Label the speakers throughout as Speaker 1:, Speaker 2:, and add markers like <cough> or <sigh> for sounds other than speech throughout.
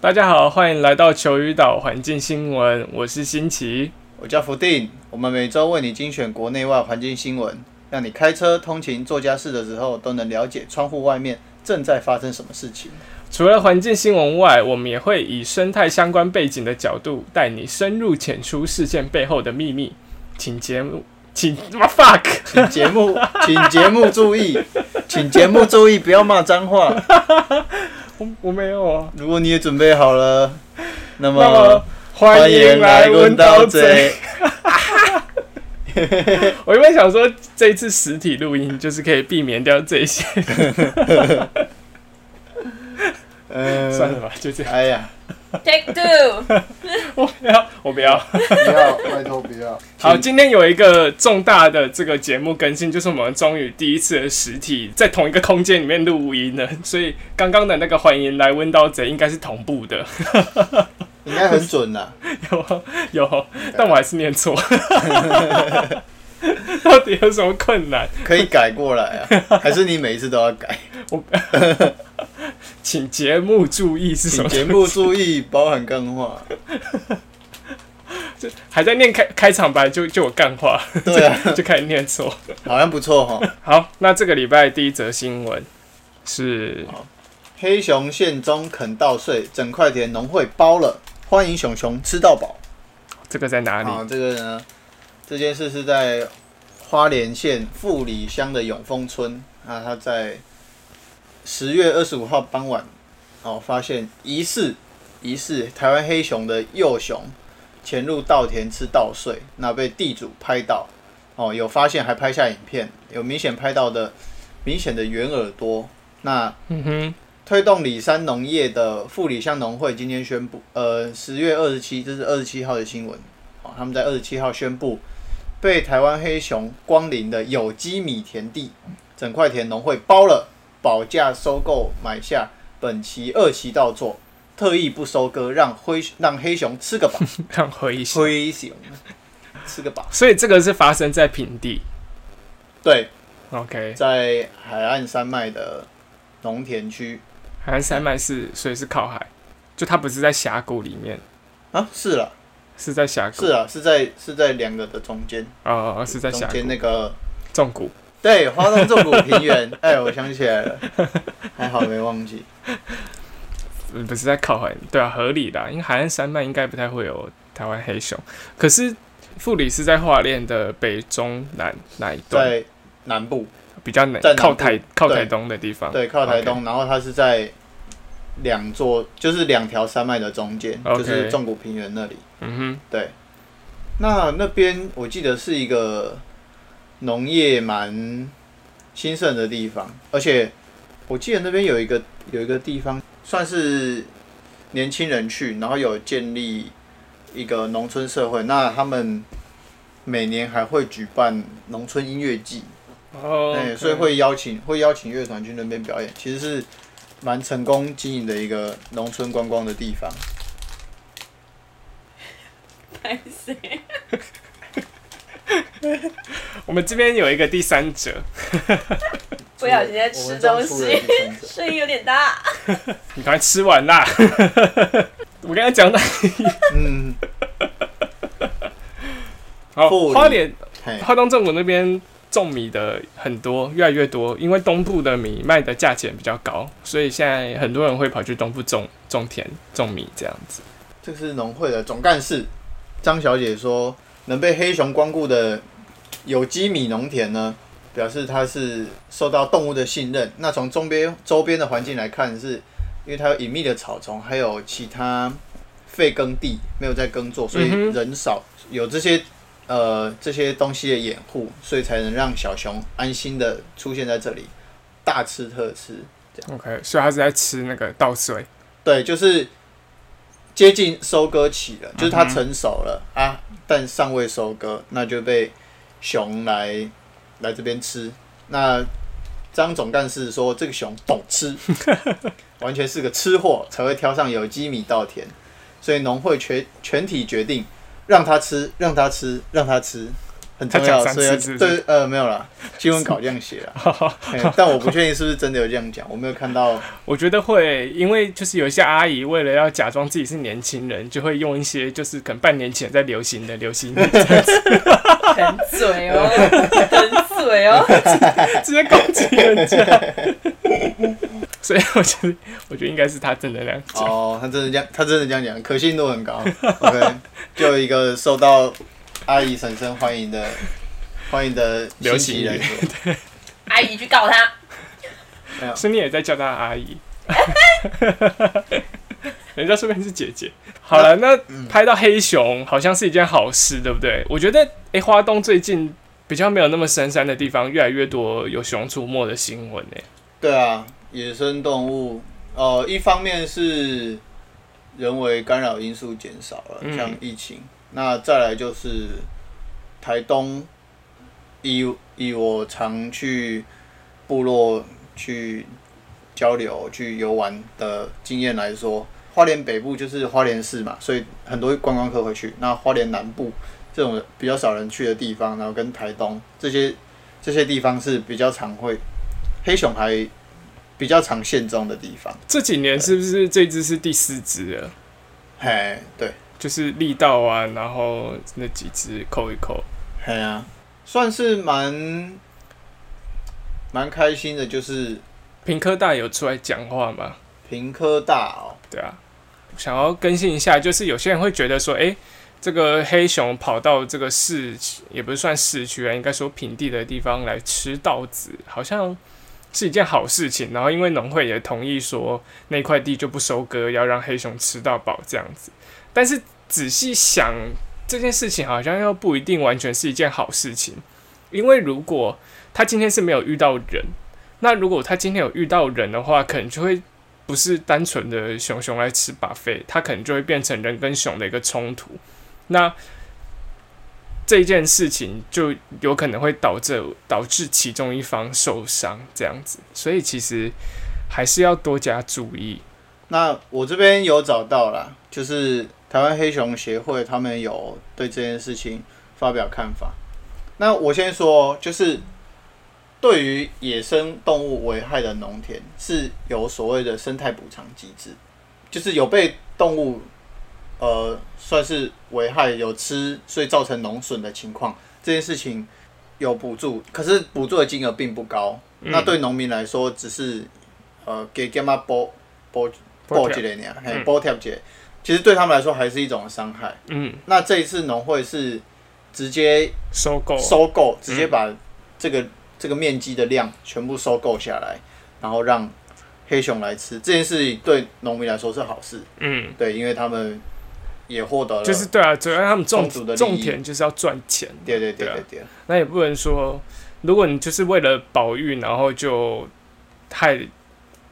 Speaker 1: 大家好，欢迎来到球鱼岛环境新闻，我是新奇。
Speaker 2: 我叫福定，我们每周为你精选国内外环境新闻，让你开车、通勤、做家事的时候都能了解窗户外面正在发生什么事情。
Speaker 1: 除了环境新闻外，我们也会以生态相关背景的角度，带你深入浅出事件背后的秘密。请节目，请 fuck，
Speaker 2: 请节目，请节目注意，请节目注意，不要骂脏话。
Speaker 1: 我我没有啊。
Speaker 2: 如果你也准备好了，那
Speaker 1: 那么
Speaker 2: 么欢迎来问
Speaker 1: 到
Speaker 2: 刀贼。。
Speaker 1: 我原本想说，这一次实体录音就是可以避免掉这些，
Speaker 2: 嗯、
Speaker 1: 算了吧，就这样。
Speaker 2: 哎呀，
Speaker 3: Take two， <laughs>
Speaker 1: 我不要，我不要。
Speaker 4: 不要，拜托不要。
Speaker 1: 好，
Speaker 2: 请
Speaker 1: 今天有一个重大的这个节目更新，就是我们终于第一次的实体在同一个空间里面录音了， <laughs> 所以刚刚的那个欢迎来温刀贼应该是同步的， <laughs>
Speaker 2: 应该很准啊啦。
Speaker 1: 有有，但我还是念错， <laughs> 到底有什么困难？
Speaker 2: 可以改过来啊，还是你每一次都要改？
Speaker 1: 请节目注意是什
Speaker 2: 请
Speaker 1: 么？
Speaker 2: 节目注意，包含干话。
Speaker 1: <laughs> 还在念开开场白就就有干话， <laughs>
Speaker 2: 对啊，
Speaker 1: 就开始念错。
Speaker 2: 好像不错哈。
Speaker 1: 好，那这个礼拜第一则新闻是
Speaker 2: 黑熊县中肯稻穗，整块田农会包了，欢迎熊熊吃到饱。
Speaker 1: 这个在哪里？
Speaker 2: 啊好，这个呢，这件事是在花莲县富里乡的永丰村。那他在十月二十五号傍晚，哦，发现疑似疑似台湾黑熊的幼熊潜入稻田吃稻穗，那被地主拍到，哦，有发现还拍下影片，有明显拍到的明显的圆耳朵。那
Speaker 1: 嗯哼，
Speaker 2: 推动里山农业的富里乡农会今天宣布，呃，十月二十七，这是二十七号的新闻，哦，他们在二十七号宣布，被台湾黑熊光临的有机米田地，整块田农会包了，保价收购买下本期二期稻作，特意不收割，让灰让黑熊
Speaker 1: <laughs>
Speaker 2: 吃个饱，
Speaker 1: 让回忆。
Speaker 2: 灰熊吃个饱，
Speaker 1: 所以这个是发生在平地。
Speaker 2: 对，
Speaker 1: OK，
Speaker 2: 在海岸山脉的农田区
Speaker 1: 海岸山脉是，所以是靠海，就它不是在峡谷里面，
Speaker 2: 啊，是了，
Speaker 1: 是在峡谷，
Speaker 2: 是了，是在是在两个的中间。
Speaker 1: 哦，哦是在峡
Speaker 2: 中
Speaker 1: 谷
Speaker 2: 间那个
Speaker 1: 纵谷。
Speaker 2: 对花东纵谷
Speaker 1: <laughs>
Speaker 2: 平原，哎，我想起来了，还好没忘记。
Speaker 1: 嗯不是在靠海，对啊，合理的啊，因为海岸山脉应该不太会有台湾黑熊。可是富里是在花莲的北中南那一段，
Speaker 2: 在南部，
Speaker 1: 比较南
Speaker 2: 在南部
Speaker 1: 靠台靠
Speaker 2: 对
Speaker 1: 台东的地方。
Speaker 2: 对，靠台东，然后它是在两座，就是两条山脉的中间，
Speaker 1: OK
Speaker 2: 就是纵谷平原那里。
Speaker 1: 嗯
Speaker 2: 对，那那边我记得是一个农业蛮兴盛的地方，而且我记得那边有一个有一个地方算是年轻人去，然后有建立一个农村社会。那他们每年还会举办农村音乐季，
Speaker 1: 哼，哦
Speaker 2: 对，哎所以会邀请会邀请乐团去那边表演，其实是蛮成功经营的一个农村观光的地方。
Speaker 3: 拍谁？
Speaker 1: 我们这边有一个第三者，
Speaker 3: 不小心在
Speaker 4: 我
Speaker 3: 吃
Speaker 4: 们这样
Speaker 3: 东
Speaker 4: 出人
Speaker 3: 西，
Speaker 4: 意三者
Speaker 3: 声音有点大。
Speaker 1: 你赶快吃完啦！ <laughs> 我刚才讲到，
Speaker 2: 嗯，
Speaker 1: 好，
Speaker 2: 富里
Speaker 1: 花莲
Speaker 2: 嘿，
Speaker 1: 花东政府那边种米的很多，越来越多，因为东部的米卖的价钱比较高，所以现在很多人会跑去东部种种田、种米这样子。
Speaker 2: 这是农会的总干事张小姐说，能被黑熊光顾的有机米农田呢，表示它是受到动物的信任。那从周边周边的环境来看是，因为它有隐秘的草丛，还有其他废耕地没有在耕作，所以
Speaker 1: 嗯哼
Speaker 2: 人少，有这些呃这些东西的掩护，所以才能让小熊安心的出现在这里，大吃特吃。
Speaker 1: OK，所以他是在吃那个稻穗。
Speaker 2: 对，就是接近收割期了，就是
Speaker 1: 嗯
Speaker 2: 它成熟了、啊，但尚未收割，那就被熊来来这边吃。那张总干事说，这个熊懂吃，完全是个吃货，才会挑上有机米稻田，所以农会全全体决定让它吃，让它吃，让它吃，很很
Speaker 1: 他
Speaker 2: 重
Speaker 1: 讲
Speaker 2: 要，
Speaker 1: 三
Speaker 2: 所以要
Speaker 1: 次是不是
Speaker 2: 对呃没有啦，新闻稿这样写啦，
Speaker 1: <laughs>
Speaker 2: 嘿但我不确定是不是真的有这样讲，我没有看到。
Speaker 1: 我觉得会，因为就是有一些阿姨为了要假装自己是年轻人，就会用一些就是可能半年前在流行的流行语， <laughs>
Speaker 3: 很嘴哦，很嘴哦。
Speaker 1: 直接攻击人家。所以我觉得，我觉得应该是他真的那样讲。
Speaker 2: 哦，他真的这样，他真的这样讲，可信度很高。OK，
Speaker 1: <laughs>
Speaker 2: 就一个受到阿姨婶婶欢迎的欢迎的
Speaker 1: 流行
Speaker 2: 新奇
Speaker 1: 语
Speaker 2: 人格。
Speaker 3: 阿姨去告他，
Speaker 1: 所以你也在叫她阿姨，人家说不定是姐姐。好了，那拍到黑熊好像是一件好事，对不对？我觉得，诶，花东最近比较没有那么深山的地方，越来越多有熊出没的新闻诶。
Speaker 2: 对啊，野生动物哦、一方面是人为干扰因素减少了，
Speaker 1: 嗯
Speaker 2: 像疫情，那再来就是台东，以以我常去部落去交流、去游玩的经验来说，花莲北部就是花莲市嘛，所以很多观光客会去。那花莲南部这种比较少人去的地方，然后跟台东这些这些地方是比较常会黑熊还比较常现踪的地方。
Speaker 1: 这几年是不是这只是第四只了？
Speaker 2: 嘿，对，
Speaker 1: 就是力道啊，然后那几只扣一扣。
Speaker 2: 嘿啊，算是蛮蛮开心的，就是
Speaker 1: 平科大有出来讲话吗？
Speaker 2: 平科大哦，
Speaker 1: 对啊，想要更新一下，就是有些人会觉得说，诶，这个黑熊跑到这个市，也不是算市区啊，应该说平地的地方来吃稻子，好像是一件好事情。然后因为农会也同意说，那块地就不收割，要让黑熊吃到饱这样子。但是仔细想这件事情，好像又不一定完全是一件好事情，因为如果他今天是没有遇到人，那如果他今天有遇到人的话，可能就会不是单纯的熊熊来吃把费，它可能就会变成人跟熊的一个冲突。那这件事情就有可能会导致导致其中一方受伤这样子，所以其实还是要多加注意。
Speaker 2: 那我这边有找到啦，就是台湾黑熊协会他们有对这件事情发表看法。那我先说哦，就是对于野生动物危害的农田是有所谓的生态补偿机制，就是有被动物呃算是危害有吃，所以造成农损的情况，这件事情有补助，可是补助的金额并不高。那对农民来说，只是呃给干嘛补补补一个尔，嘿，
Speaker 1: 嗯
Speaker 2: 补贴一个，其实对他们来说还是一种伤害。
Speaker 1: 嗯，
Speaker 2: 那这一次农会是直接
Speaker 1: 收购
Speaker 2: 收购，直接把这个、这个面积的量全部收购下来，然后让黑熊来吃。这件事情对农民来说是好事，
Speaker 1: 嗯，
Speaker 2: 对，因为他们也获得了，
Speaker 1: 就是对啊，主要他们种
Speaker 2: 充足的利益
Speaker 1: 种田就是要赚钱，
Speaker 2: 对对对
Speaker 1: 对啊
Speaker 2: 对对，
Speaker 1: 那也不能说，如果你就是为了保育，然后就害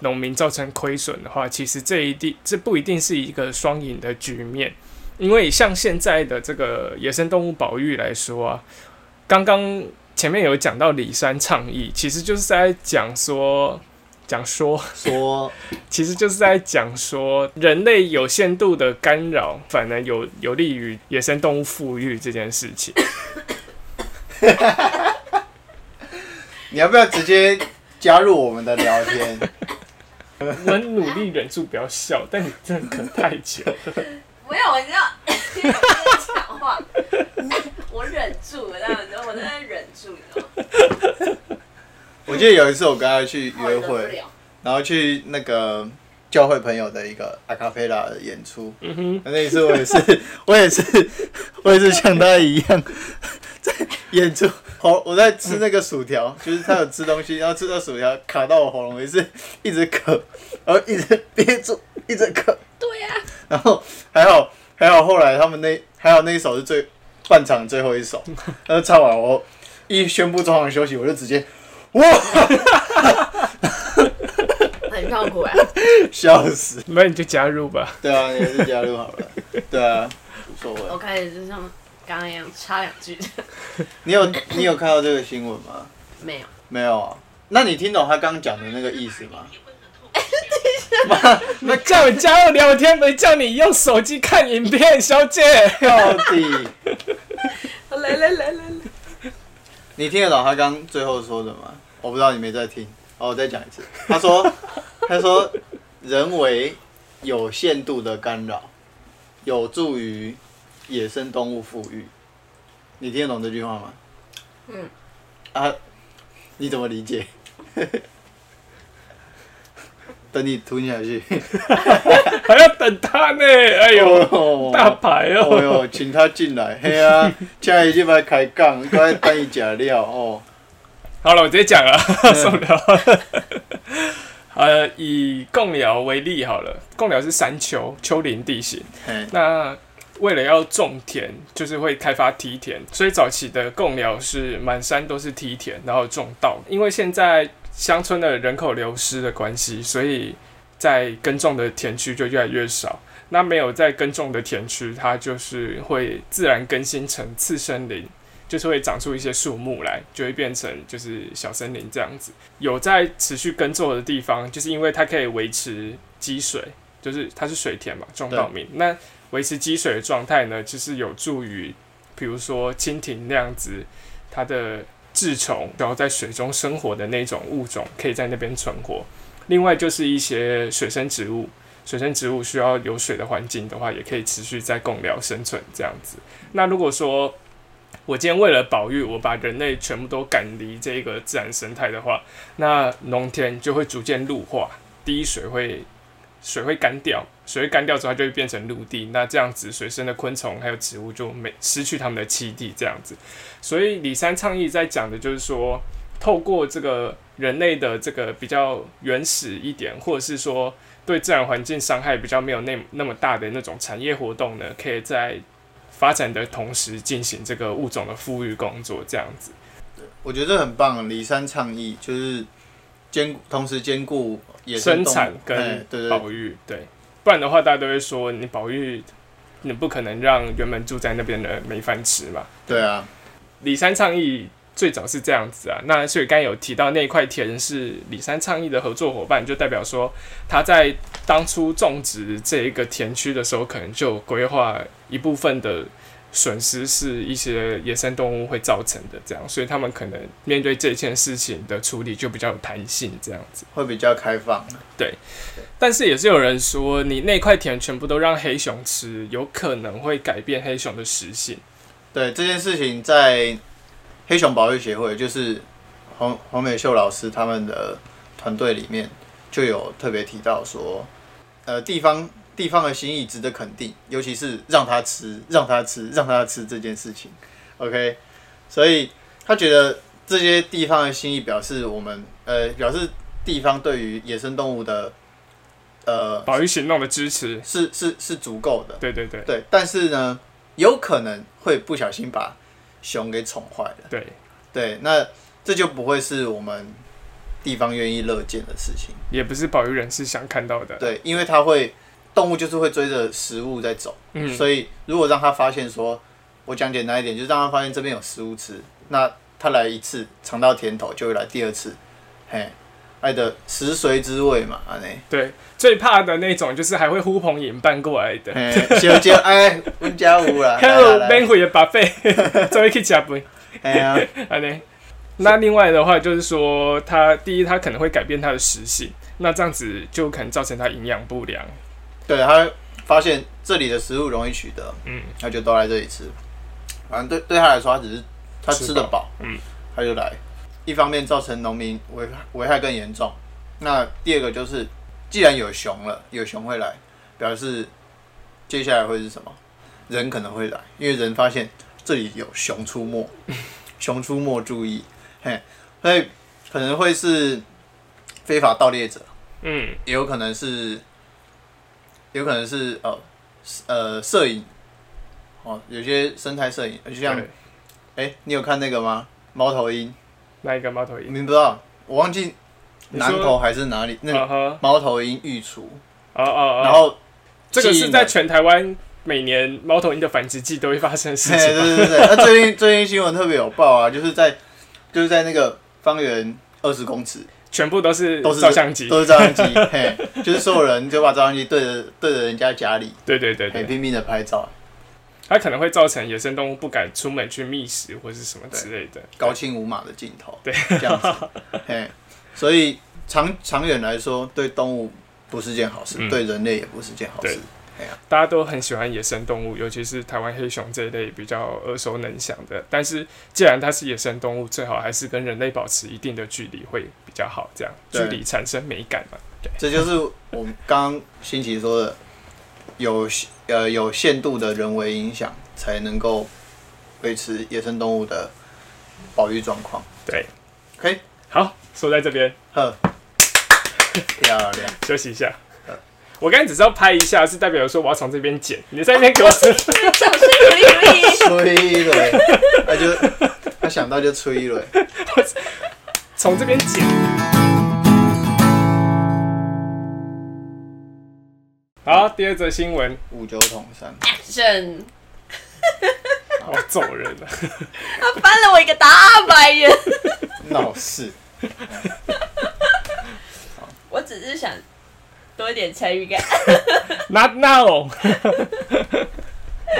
Speaker 1: 农民造成亏损的话，其实这一定这不一定是一个双赢的局面，因为像现在的这个野生动物保育来说啊，刚刚前面有讲到里山倡议，其实就是在讲说讲说 <laughs>
Speaker 2: 说
Speaker 1: 其实就是在讲说，人类有限度的干扰，反而有有利于野生动物富裕这件事情。
Speaker 2: 你要不要直接加入我们的聊天？ <laughs>
Speaker 1: 我努力忍住不要笑，但你真的等太久。
Speaker 3: 没有，你知道， <laughs> 因为我在讲话，我忍住了，你知道，我真的忍住，你知道吗？
Speaker 2: 我记得有一次我跟他去
Speaker 3: 我
Speaker 2: 约
Speaker 3: 忍不
Speaker 2: 会，
Speaker 3: 了。
Speaker 2: 然后去那个教会朋友的一个阿卡贝拉的演出，
Speaker 1: 嗯哼，
Speaker 2: 那一次我也是， <laughs> 我也是，我也是像他一样，在演出喉，我在吃那个薯条，就是他有吃东西，然后吃到薯条卡到我喉咙，我也是一直咳，然后一直憋住，一直咳，
Speaker 3: 对呀、
Speaker 2: 然后还好还好，后来他们那还好那一首是最半场最后一首，然后唱完我一宣布中场休息，我就直接哇
Speaker 3: 很痛苦哎、
Speaker 2: 笑死，
Speaker 1: <laughs> 那你就加入吧。
Speaker 2: 对啊，也是加入好了，对啊，无所谓。
Speaker 3: 我开始就像刚刚一样插两句，
Speaker 2: 你有你有看到这个新闻吗？
Speaker 3: 没有。
Speaker 2: 没有啊？那你听懂他刚讲的那个意思吗？
Speaker 1: 那叫你加入聊天，不是叫你用手机看影片，小姐。
Speaker 2: 到底
Speaker 3: 来来来来来，
Speaker 2: 你听得懂他刚最后说的吗？我不知道你没在听，哦，我再讲一次。他说， <laughs> 他说，人为有限度的干扰，有助于野生动物富裕。你听得懂这句话吗？
Speaker 3: 嗯。
Speaker 2: 啊，你怎么理解？ <laughs> 等你吞下去。
Speaker 1: 还要等他
Speaker 2: <laughs>
Speaker 1: 呢，哎呦，
Speaker 2: 哦
Speaker 1: 大牌
Speaker 2: 哦
Speaker 1: 哦，
Speaker 2: 哟，请他进来，嘿
Speaker 1: <laughs>
Speaker 2: 啊，现在已经来开杠，赶快等伊食料哦。
Speaker 1: 好了，我直接讲了， <laughs> 受不了。呃，以贡寮为例好了，贡寮是山丘丘陵地形，
Speaker 2: 嘿，
Speaker 1: 那为了要种田，就是会开发梯田，所以早期的贡寮是满山都是梯田，然后种稻。因为现在乡村的人口流失的关系，所以在耕种的田区就越来越少。那没有在耕种的田区，它就是会自然更新成次森林，就是会长出一些树木来，就会变成就是小森林这样子。有在持续耕作的地方，就是因为它可以维持积水，就是它是水田嘛，种稻米。那维持积水的状态呢，其实有助于，比如说蜻蜓那样子，它的稚虫然后在水中生活的那种物种，可以在那边存活。另外就是一些水生植物，水生植物需要有水的环境的话，也可以持续在贡寮生存这样子。那如果说我今天为了保育，我把人类全部都赶离这个自然生态的话，那农田就会逐渐陆化，滴水会水会干掉，水会干掉之后它就会变成陆地，那这样子水生的昆虫还有植物就没失去它们的栖地，这样子。所以李三倡议在讲的就是说，透过这个人类的这个比较原始一点，或者是说对自然环境伤害比较没有那那么大的那种产业活动呢，可以在发展的同时进行这个物种的富裕工作，这样子。
Speaker 2: 我觉得很棒，李三倡议就是兼同时兼顾野生
Speaker 1: 生
Speaker 2: 动物
Speaker 1: 产
Speaker 2: 嘿
Speaker 1: 跟
Speaker 2: 哎对对
Speaker 1: 保育，对，不然的话大家都会说你保育，你不可能让原本住在那边的人没饭吃嘛。
Speaker 2: 对啊，
Speaker 1: 李三倡议最早是这样子啊，那所以刚才有提到那一块田是李三倡议的合作伙伴，就代表说他在当初种植这一个田区的时候，可能就有规划一部分的损失是一些野生动物会造成的，这样，所以他们可能面对这件事情的处理就比较有弹性，这样子。
Speaker 2: 会比较开放。
Speaker 1: 但是也是有人说，你那块田全部都让黑熊吃，有可能会改变黑熊的食性。
Speaker 2: 对这件事情，在黑熊保育协会，就是黄黄美秀老师他们的团队里面，就有特别提到说，呃，地方地方的心意值得肯定，尤其是让它吃、让它吃、让它吃这件事情。OK，所以他觉得这些地方的心意表示我们呃表示地方对于野生动物的呃
Speaker 1: 保育行动的支持，
Speaker 2: 是是是足够的。
Speaker 1: 对对对
Speaker 2: 对，但是呢，有可能会不小心把熊给宠坏了。
Speaker 1: 对。
Speaker 2: 对，那这就不会是我们地方愿意乐见的事情。
Speaker 1: 也不是保育人士想看到的。
Speaker 2: 对，因为它会动物就是会追着食物在走，
Speaker 1: 嗯，
Speaker 2: 所以如果让它发现说，我讲简单一点，就是让它发现这边有食物吃，那它来一次尝到甜头，就会来第二次，嘿，爱的食髓知味嘛，安尼。
Speaker 1: 对，最怕的那种就是还会呼朋引伴过来 <laughs> 的。
Speaker 2: 嘿，小姐，哎，阮家有
Speaker 1: <laughs>
Speaker 2: 啦，来来
Speaker 1: Hello，免
Speaker 2: 来，
Speaker 1: 费的巴费， <laughs> 终于去加班，
Speaker 2: 哎呀、
Speaker 1: 安尼。那另外的话就是说，它第一，它可能会改变它的食性，那这样子就可能造成它营养不良。
Speaker 2: 对他发现这里的食物容易取得，
Speaker 1: 嗯，
Speaker 2: 他就都来这里吃。反正对对他来说，他只是他吃得
Speaker 1: 吃
Speaker 2: 饱，
Speaker 1: 嗯，
Speaker 2: 他就来。一方面造成农民危危害更严重，那第二个就是，既然有熊了，有熊会来，表示接下来会是什么？人可能会来，因为人发现这里有熊出没，熊出没注意，嘿，所以可能会是非法盗猎者，
Speaker 1: 嗯，
Speaker 2: 也有可能是，有可能是呃呃摄影，哦，有些生态摄影，就像哎
Speaker 1: 对、
Speaker 2: 你有看那个吗？猫头鹰，
Speaker 1: 那一个猫头鹰，
Speaker 2: 你不知道，我忘记
Speaker 1: 你
Speaker 2: 南
Speaker 1: 说
Speaker 2: 投还是哪里那
Speaker 1: 啊
Speaker 2: 个
Speaker 1: 哈，
Speaker 2: 猫头鹰育雏，
Speaker 1: 哦哦哦，
Speaker 2: 然后
Speaker 1: 这个
Speaker 2: 记忆
Speaker 1: 是
Speaker 2: 呢
Speaker 1: 在全台湾每年猫头鹰的繁殖季都会发生的事
Speaker 2: 嘿
Speaker 1: 情。
Speaker 2: 对对对，那、最近最近新闻特别有报啊，就是在就是在那个方圆二十公尺
Speaker 1: 全部都是
Speaker 2: 都是
Speaker 1: 照相机，
Speaker 2: 都是照相机，嘿，就是所有人就把照相机对着对着人家家里，
Speaker 1: 对对对
Speaker 2: 嘿
Speaker 1: 对，
Speaker 2: 拼命的拍照。
Speaker 1: 它可能会造成野生动物不敢出门去觅食或是什么之类的。
Speaker 2: 高清无码的镜头，对，这
Speaker 1: <laughs>
Speaker 2: 样子，嘿，所以长长远来说，对动物不是件好事，
Speaker 1: 嗯
Speaker 2: 对人类也不是件好
Speaker 1: 对
Speaker 2: 事。
Speaker 1: 大家都很喜欢野生动物，尤其是台湾黑熊这一类比较耳熟能详的。但是既然它是野生动物，最好还是跟人类保持一定的距离会比较好，这样距
Speaker 2: 对
Speaker 1: 离产生美感嘛。
Speaker 2: 这就是我们刚刚新奇说的，有呃有限度的人为影响，才能够维持野生动物的保育状况。
Speaker 1: 对，
Speaker 2: OK，
Speaker 1: 好，说在这边
Speaker 2: 呵，漂亮。
Speaker 1: 休息一下。我刚才只是要拍一下，是代表说我要从这边剪，你在那边给我
Speaker 2: <laughs>
Speaker 3: 总是有一有
Speaker 2: 吹
Speaker 3: 一， <laughs>
Speaker 2: 了， <laughs> 他就他想到就吹了。
Speaker 1: 从这边剪。好，第二则新闻，
Speaker 2: 五九桶山，
Speaker 3: Action！
Speaker 1: 我要揍哦人了。 <laughs>
Speaker 3: 他翻了我一个大白眼。
Speaker 2: 闹事。
Speaker 3: 我只是想多一点参与感。
Speaker 1: Not now。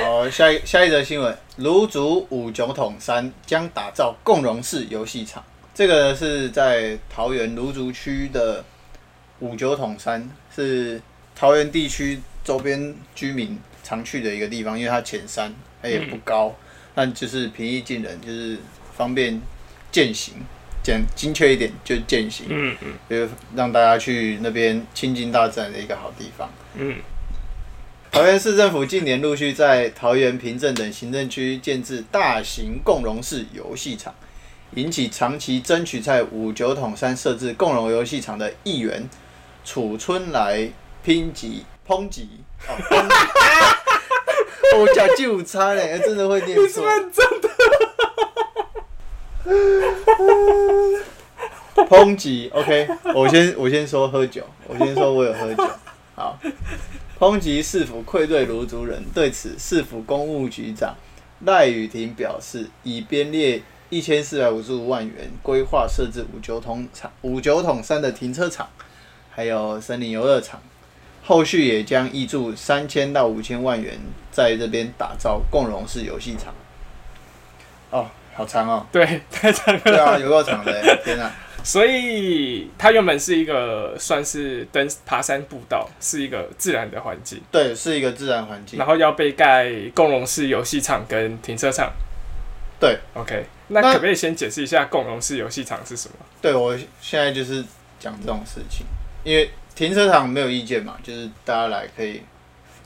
Speaker 2: 好，下一下一则新闻，卢竹五九桶山将打造共融式游戏场。这个是在桃园芦竹区的五九桶山，是桃园地区周边居民常去的一个地方，因为它前山，它也不高，但就是平易近人，就是方便践行。简精确一点，就是践行，
Speaker 1: 嗯嗯
Speaker 2: 就是让大家去那边亲近大自然的一个好地方。
Speaker 1: 嗯，
Speaker 2: 桃园市政府近年陆续在桃园、平镇等行政区建置大型共融式游戏场，引起长期争取在五九桶山设置共融游戏场的议员楚春来抨击抨击哦， <laughs> 抨击我讲就差嘞，真的会念错，
Speaker 1: 真的。！
Speaker 2: 抨击。OK，我先我先说喝酒，我先说我有喝酒。好，抨击市府愧对卢族人，对此市府公务局长赖雨婷表示，已编列一千四百五十五万元规划设置五九桶场、五九桶山的停车场，还有森林游乐场。后续也将挹注三千到五千万元，在这边打造共融式游戏场。哦，好长哦
Speaker 1: 对，太惨
Speaker 2: 对
Speaker 1: 了。
Speaker 2: 啊，游乐场的，天哪、
Speaker 1: 所以它原本是一个算是登爬山步道，是一个自然的环境，
Speaker 2: 对，是一个自然环境
Speaker 1: 然。后要被盖共融式游戏场跟停车场。
Speaker 2: 对
Speaker 1: ，OK，那
Speaker 2: 那
Speaker 1: 可不可以先解释一下共融式游戏场是什么？
Speaker 2: 对我现在就是讲这种事情，因为停车场没有意见嘛，就是大家来可以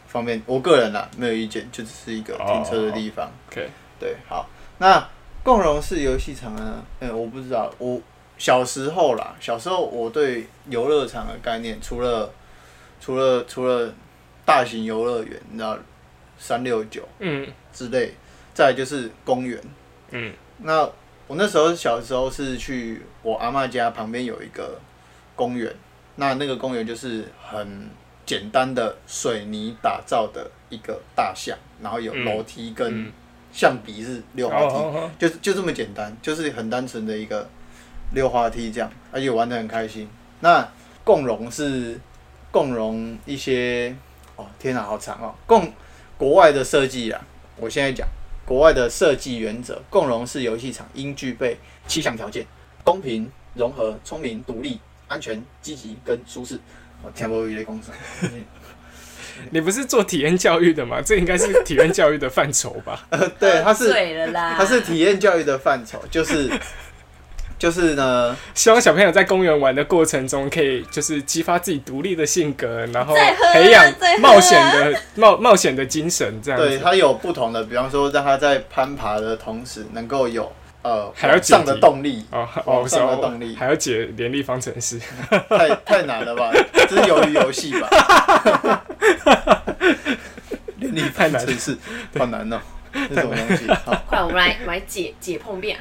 Speaker 2: 方便。我个人啦，没有意见，就只是一个停车的地方。
Speaker 1: 哦 OK
Speaker 2: 对，好，那共融式游戏场呢？嗯，我不知道，我小时候啦，小时候我对游乐场的概念，除了除了除了大型游乐园，你知道三六九
Speaker 1: 嗯
Speaker 2: 之类，再来就是公园。
Speaker 1: 嗯
Speaker 2: 那我那时候小时候是去我阿嬷家旁边有一个公园，那那个公园就是很简单的水泥打造的一个大象，然后有
Speaker 1: 嗯
Speaker 2: 楼梯
Speaker 1: 嗯
Speaker 2: 跟象鼻是溜
Speaker 1: 哦
Speaker 2: 滑梯，
Speaker 1: 哦，
Speaker 2: 就是就这么简单，就是很单纯的一个溜滑梯这样，而且玩的很开心。那共融是共融一些哦，天哪，好长哦！共国外的设计啊，我现在讲国外的设计原则，共融式游戏场应具备七项条件：公平、融合、聪明、独立、安全、积极跟舒适。我听不懂的工程，
Speaker 1: 哦你不是做体验教育的吗？这应该是体验教育的范畴吧？
Speaker 2: 对，它是
Speaker 3: 醉了啦。
Speaker 2: 它是体验教育的范畴，就是就是呢。
Speaker 1: 希望小朋友在公园玩的过程中，可以就是激发自己独立的性格，然后
Speaker 3: 再喝啊
Speaker 1: 培养
Speaker 3: 再喝啊
Speaker 1: 冒险的冒冒险的精神，这样
Speaker 2: 对，
Speaker 1: 子。
Speaker 2: 它有不同的，比方说让它在攀爬的同时能够有呃
Speaker 1: 还要
Speaker 2: 往上
Speaker 1: 剪
Speaker 2: 的
Speaker 1: 辑 <laughs>
Speaker 2: 动力，
Speaker 1: 哦，哦，
Speaker 2: 往
Speaker 1: 我
Speaker 2: 上
Speaker 1: 说
Speaker 2: 的动力
Speaker 1: 还要解联立方程
Speaker 2: <laughs>
Speaker 1: 式，
Speaker 2: 太太难了吧？这是鱿鱼游戏吧？
Speaker 1: <laughs>
Speaker 2: 连你
Speaker 1: 太难了
Speaker 2: 真是好难哦，这什么东西？好
Speaker 3: 快，我们来来解解碰面。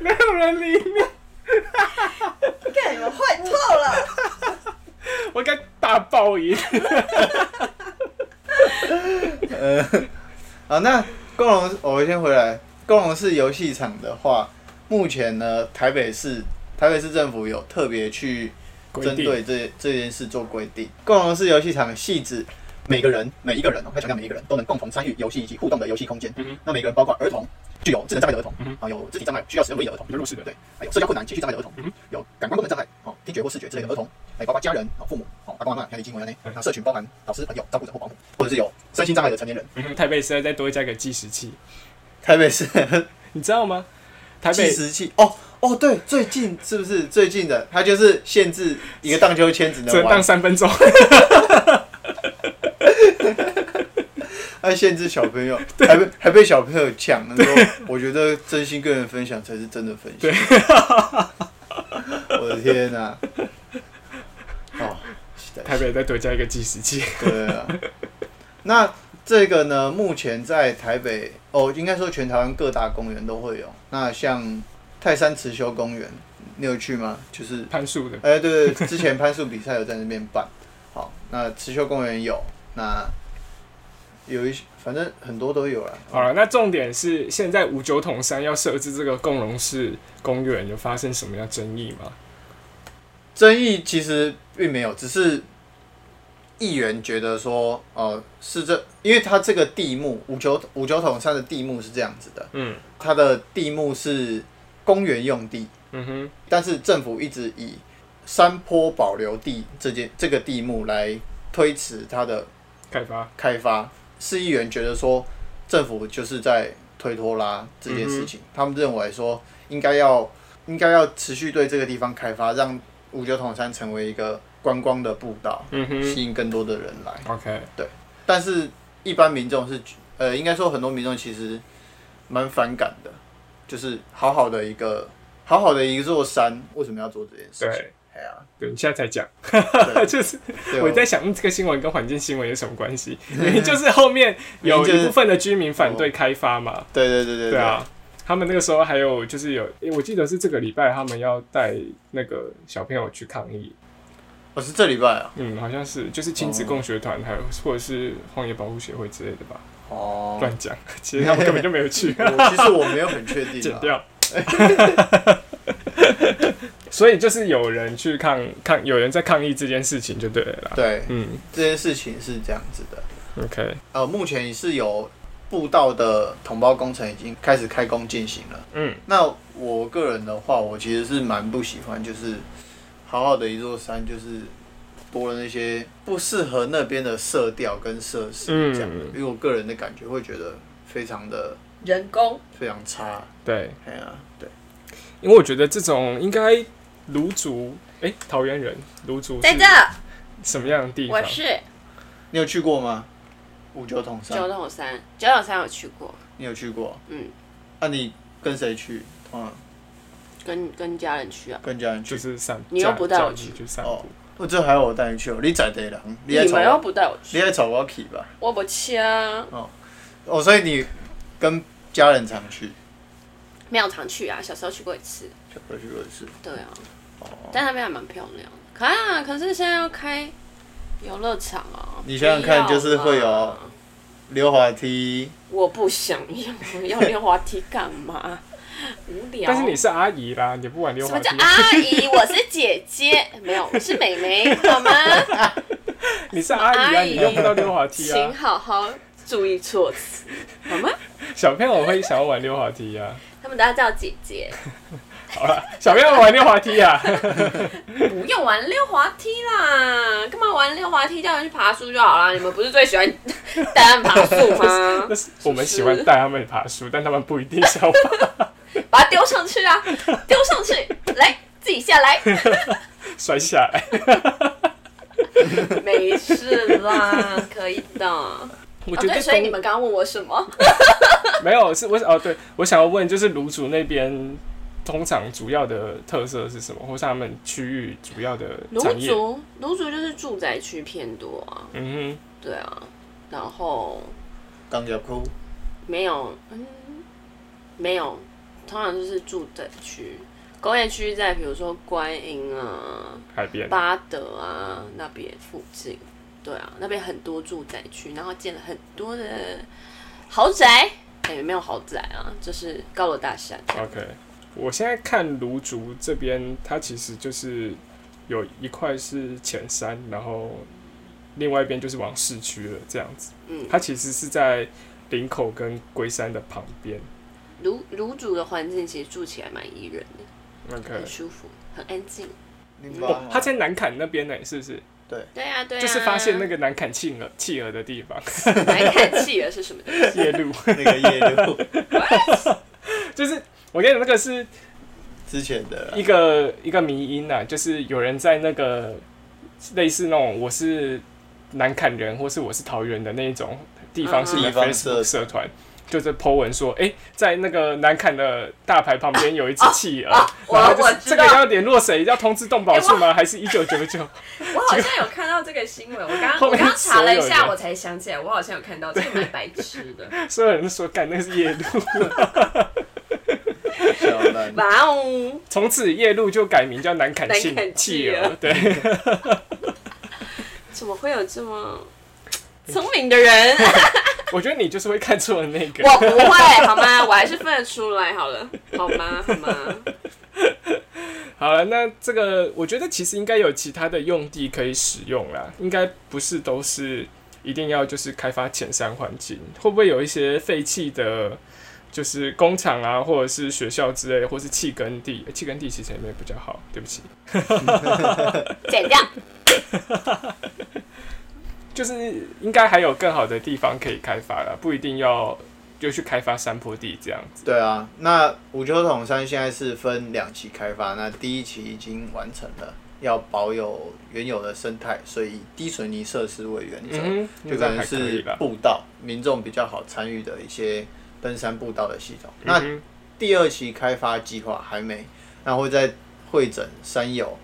Speaker 1: 没有人理你，
Speaker 3: 看你们坏透了。
Speaker 1: 我该大爆音。
Speaker 2: 好，那共荣，我先回来。共荣市游戏场的话，目前呢，台北市台北市政府有特别去
Speaker 1: 规
Speaker 2: 针
Speaker 1: 定。
Speaker 2: 对这这件事做规定。共融式游戏场系指每个人每一个人哦，要强调每一个人都能共同参与游戏以及互动的游戏空间。
Speaker 1: 嗯哼
Speaker 2: 那每个人包括儿童，具有智能障碍的儿童，
Speaker 1: 嗯哼
Speaker 2: 啊，有肢体障碍需要使用轮椅的儿童，
Speaker 1: 比较弱势的
Speaker 2: 对，还有社交困难、情绪障碍的儿童，
Speaker 1: 嗯哼
Speaker 2: 有感官功能障碍，哦，听觉或视觉之类的儿童，还有包括家人、哦父母、哦爸爸妈妈、兄弟姐妹呢。
Speaker 1: 嗯
Speaker 2: 那社群包含老师、朋友、照顾者或保姆，或者是有身心障碍的成年人。
Speaker 1: 嗯哼台北市要再多加一个计时器，
Speaker 2: 台北市
Speaker 1: 你知道吗？台
Speaker 2: 计
Speaker 1: 北
Speaker 2: 时器哦哦，对，最近是不是最近的？它就是限制一个荡秋千只
Speaker 1: 只
Speaker 2: 能
Speaker 1: 能当
Speaker 2: 玩，
Speaker 1: 三分钟， <laughs>
Speaker 2: 它限制小
Speaker 1: <laughs>
Speaker 2: 朋友，还被还被小朋友抢。那时候我觉得真心个人分享才是真的分享。 <laughs> 我的
Speaker 1: <laughs>
Speaker 2: 天哪、哦，期待
Speaker 1: 台北再多加一个计时器。
Speaker 2: 对啊。那这个呢，目前在台北哦，应该说全台湾各大公园都会有。那像泰山慈修公园，你有去吗？就是
Speaker 1: 攀树的，
Speaker 2: 哎、对对，对之前攀树比赛有在那边办。好，那池秀公园有，那有一些，反正很多都有了。
Speaker 1: 好了，那重点是现在五九桶山要设置这个共荣式公园，有发生什么样争议吗？
Speaker 2: 争议其实并没有，只是议员觉得说，呃，是这，因为它这个地目五九五九桶山的地目是这样子的，
Speaker 1: 嗯
Speaker 2: 它的地目是公园用地，
Speaker 1: 嗯哼，
Speaker 2: 但是政府一直以山坡保留地这件这个地目来推迟它的
Speaker 1: 开发，
Speaker 2: 开发，市议员觉得说政府就是在推拖拉这件事
Speaker 1: 嗯
Speaker 2: 情，他们认为说应该要应该要持续对这个地方开发，让五九桶山成为一个观光的步道，
Speaker 1: 嗯哼
Speaker 2: 吸引更多的人来。
Speaker 1: ，OK，
Speaker 2: 但是，一般民众是呃，应该说很多民众其实蛮反感的，就是好好的一个好好的一座山，为什么要做这件事情
Speaker 1: 对？
Speaker 2: 哎呀、
Speaker 1: 对，你现在才讲，
Speaker 2: 对
Speaker 1: 就是 <laughs>
Speaker 2: 对嗯
Speaker 1: 我在想，嗯这个新闻跟环境新闻有什么关系？ <laughs> 明明就是后面有
Speaker 2: 明明就是
Speaker 1: 一部分的居民反对开发嘛，
Speaker 2: 对对对对
Speaker 1: 对啊。他们那个时候还有就是有，诶我记得是这个礼拜他们要带那个小朋友去抗议，
Speaker 2: 我、是这礼拜啊，
Speaker 1: 嗯，好像是就是亲子共学团，还有或者是荒野保护协会之类的吧，
Speaker 2: 哦
Speaker 1: 乱
Speaker 2: <laughs>
Speaker 1: 讲，其实他们根本就没有去。
Speaker 2: 我其实我没有很确
Speaker 1: <laughs>
Speaker 2: 定、
Speaker 1: 剪
Speaker 2: 啊， <laughs>
Speaker 1: 掉。所以就是有人去抗抗，有人在抗议这件事情就对了啦。
Speaker 2: 对，
Speaker 1: 嗯
Speaker 2: 这件事情是这样子的。
Speaker 1: ，OK，
Speaker 2: 呃，目前是有步道的同胞工程已经开始开工进行了。
Speaker 1: 嗯
Speaker 2: 那我个人的话，我其实是蛮不喜欢，就是好好的一座山，就是多了那些不适合那边的色调跟设施这样的。
Speaker 1: 嗯
Speaker 2: 因为我个人的感觉会觉得非常的
Speaker 3: 人工
Speaker 2: 非常差。
Speaker 1: 对，
Speaker 2: 哎呀、对，
Speaker 1: 因为我觉得这种应该卢竹，哎、桃园人，卢竹
Speaker 3: 在
Speaker 1: 是
Speaker 3: 这，
Speaker 1: 什么样的地方
Speaker 3: 我？是
Speaker 2: 你有去过吗？五九同
Speaker 3: 九
Speaker 2: 山，
Speaker 3: 桶山，九桶山有去过，
Speaker 2: 你有去过？
Speaker 3: 嗯，
Speaker 2: 那、你跟谁去？通常
Speaker 3: 跟跟家人去啊。
Speaker 2: 跟家人去
Speaker 1: 就。是散，
Speaker 3: 你又不带我
Speaker 1: 假日
Speaker 3: 去
Speaker 1: 去散
Speaker 2: 哦
Speaker 1: 步，，
Speaker 2: 我这还好，我带你去哦。你在地人，你
Speaker 3: 你
Speaker 2: 爱吵
Speaker 3: 们又
Speaker 2: 我，
Speaker 3: 不带我去，
Speaker 2: 你爱吵我去吧。
Speaker 3: 我不去啊，
Speaker 2: 哦，所以你跟家人常去，
Speaker 3: 没有常去啊，小时候去过一次。
Speaker 2: 小时候去过一次。
Speaker 3: 对啊，
Speaker 2: 哦，
Speaker 3: 但那边还蛮漂亮的。可啊，可是现在要开游乐场啊！
Speaker 2: 你想想看
Speaker 3: 不
Speaker 2: 就
Speaker 3: 要
Speaker 2: 是会有
Speaker 3: 嘛
Speaker 2: 溜滑梯，
Speaker 3: 我不想要， <laughs> 我要溜滑梯干嘛？无聊。
Speaker 1: 但是你是阿姨啦，你不玩溜
Speaker 3: 什
Speaker 1: 滑
Speaker 3: 么
Speaker 1: 梯啊
Speaker 3: 叫，阿姨？ <laughs> 我是姐姐，没有，我是
Speaker 1: <laughs>
Speaker 3: 妹妹，好吗？
Speaker 1: 你是阿姨啊，
Speaker 3: 阿姨
Speaker 1: 你用不到溜滑梯
Speaker 3: 请
Speaker 1: 啊。
Speaker 3: 好好注意措辞，好吗？
Speaker 1: 小朋友会想要玩溜滑梯啊，
Speaker 3: 他们都要叫姐姐，
Speaker 1: 好了，小朋友玩溜滑梯啊， <laughs>
Speaker 3: 不用玩溜滑梯啦，干嘛玩溜滑梯？叫人去爬树就好啦。你们不是最喜欢带他们爬树
Speaker 1: <laughs>
Speaker 3: 吗
Speaker 1: 那？是我们喜欢带他们爬树，但他们不一定想要爬。
Speaker 3: 把它丢上去啊，丢上去，来自己下来，
Speaker 1: <laughs> 摔下来。
Speaker 3: 没事
Speaker 1: <laughs>
Speaker 3: 啦，可以的。
Speaker 1: 我
Speaker 3: 哦，对，所以你们刚刚问我什么？
Speaker 1: 没有是我哦，对我想要问，就是卢竹那边通常主要的特色是什么，或是他们区域主要的
Speaker 3: 卢
Speaker 1: 产业？
Speaker 3: 竹，卢竹就是住宅区偏多啊，
Speaker 1: 嗯
Speaker 3: 对啊，然后
Speaker 2: 钢架哭，
Speaker 3: 没有，嗯，没有，通常就是住宅区，工业区在比如说观音啊、
Speaker 1: 哼，海边。
Speaker 3: 巴德啊那边附近，对啊，那边很多住宅区，然后建了很多的豪宅，哎、没有豪宅啊，就是高楼大厦这样。
Speaker 1: OK，我现在看卢竹这边，它其实就是有一块是前山，然后另外一边就是往市区了，这样子。
Speaker 3: 嗯，
Speaker 1: 它其实是在林口跟龟山的旁边。
Speaker 3: 卤卤煮的环境其实住起来蛮宜人的，
Speaker 1: OK，
Speaker 3: <laughs> 很舒服，很安静。
Speaker 2: 零
Speaker 1: 哦
Speaker 2: 八，
Speaker 1: 它在南坎那边呢，是不是？
Speaker 3: 对啊，对啊，
Speaker 1: 就是发现那
Speaker 3: <laughs>
Speaker 1: 个南坎企鹅企鹅的地方，
Speaker 3: 来看企鹅是什么东西？
Speaker 1: 夜路。
Speaker 2: 那个夜路
Speaker 1: 就是我跟你讲，那个是
Speaker 2: 之前
Speaker 1: <laughs>
Speaker 2: 的
Speaker 1: 一
Speaker 2: 啦，
Speaker 1: 个一个迷因啊，就是有人在那个类似那种我是南坎人或是我是桃园的那一种地
Speaker 3: 啊
Speaker 1: 方性的
Speaker 2: 嗯嗯
Speaker 1: Facebook 社团。就是 Po 文说，哎、在那个南坎的大牌旁边有一只企鹅，
Speaker 3: 我
Speaker 1: 然后就是
Speaker 3: 啊我知
Speaker 1: 这
Speaker 3: 道
Speaker 1: 个要联络谁？要通知动保处
Speaker 3: <laughs>
Speaker 1: 吗？还是一九九九？
Speaker 5: 我好像有看到这个新闻，我刚
Speaker 1: 后
Speaker 5: 我
Speaker 1: 面
Speaker 5: 刚查了一
Speaker 1: 所有
Speaker 5: 下，
Speaker 1: 人
Speaker 5: 我才想起来，我好像有看到这个蛮白痴的。
Speaker 1: 所有人都说，干那个是夜路， <laughs>
Speaker 2: 小兰
Speaker 3: 哇哦，
Speaker 1: 从此夜路就改名叫南坎
Speaker 3: 南坎
Speaker 1: 庆
Speaker 3: 企
Speaker 1: 企
Speaker 3: 鹅
Speaker 1: 鹅。对，
Speaker 3: 怎么会有这么聪明
Speaker 1: <laughs>
Speaker 3: 的人？
Speaker 1: 我觉得你就是会看错的那个。
Speaker 3: 我不会，好吗？我还是分得出来，好了，好吗？好吗？
Speaker 1: 好了，那这个我觉得其实应该有其他的用地可以使用啦，应该不是都是一定要就是开发浅山环境，会不会有一些废弃的，就是工厂啊，或者是学校之类，或是弃耕地？欸弃耕地其实也没有比较好，对不起，
Speaker 3: 剪掉。
Speaker 1: 就是应该还有更好的地方可以开发啦，不一定要就去开发山坡地这样子。
Speaker 2: 对啊，那五丘桶山现在是分两期开发，那第一期已经完成了，要保有原有的生态，所以低水泥设施为原则，
Speaker 1: 嗯哼，那这
Speaker 2: 就可
Speaker 1: 样
Speaker 2: 能
Speaker 1: 还可
Speaker 2: 是
Speaker 1: 以啦。
Speaker 2: 步道，民众比较好参与的一些登山步道的系统。
Speaker 1: 嗯
Speaker 2: 那
Speaker 1: 哼
Speaker 2: 第二期开发计划还没，那会在会诊山友、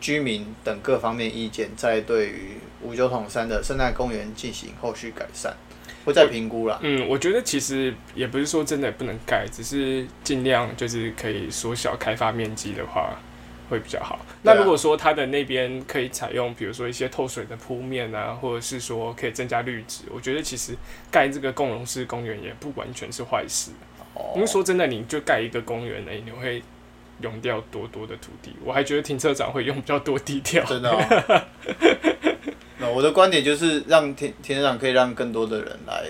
Speaker 2: 居民等各方面意见，再对于五九桶山的生态公园进行后续改善，会再评估啦。
Speaker 1: 嗯，我觉得其实也不是说真的不能盖，只是尽量就是可以缩小开发面积的话会比较好。
Speaker 2: 对
Speaker 1: 那
Speaker 2: 啊
Speaker 1: 如果说它的那边可以采用，比如说一些透水的铺面啊，或者是说可以增加绿植，我觉得其实盖这个共融式公园也不完全是坏事。
Speaker 2: 哦
Speaker 1: 因为说真的，你就盖一个公园而已，你会用掉多多的土地。我还觉得停车场会用比较多地掉。
Speaker 2: 真的、哦。
Speaker 1: <laughs>
Speaker 2: 那我的观点就是让田田长可以让更多的人来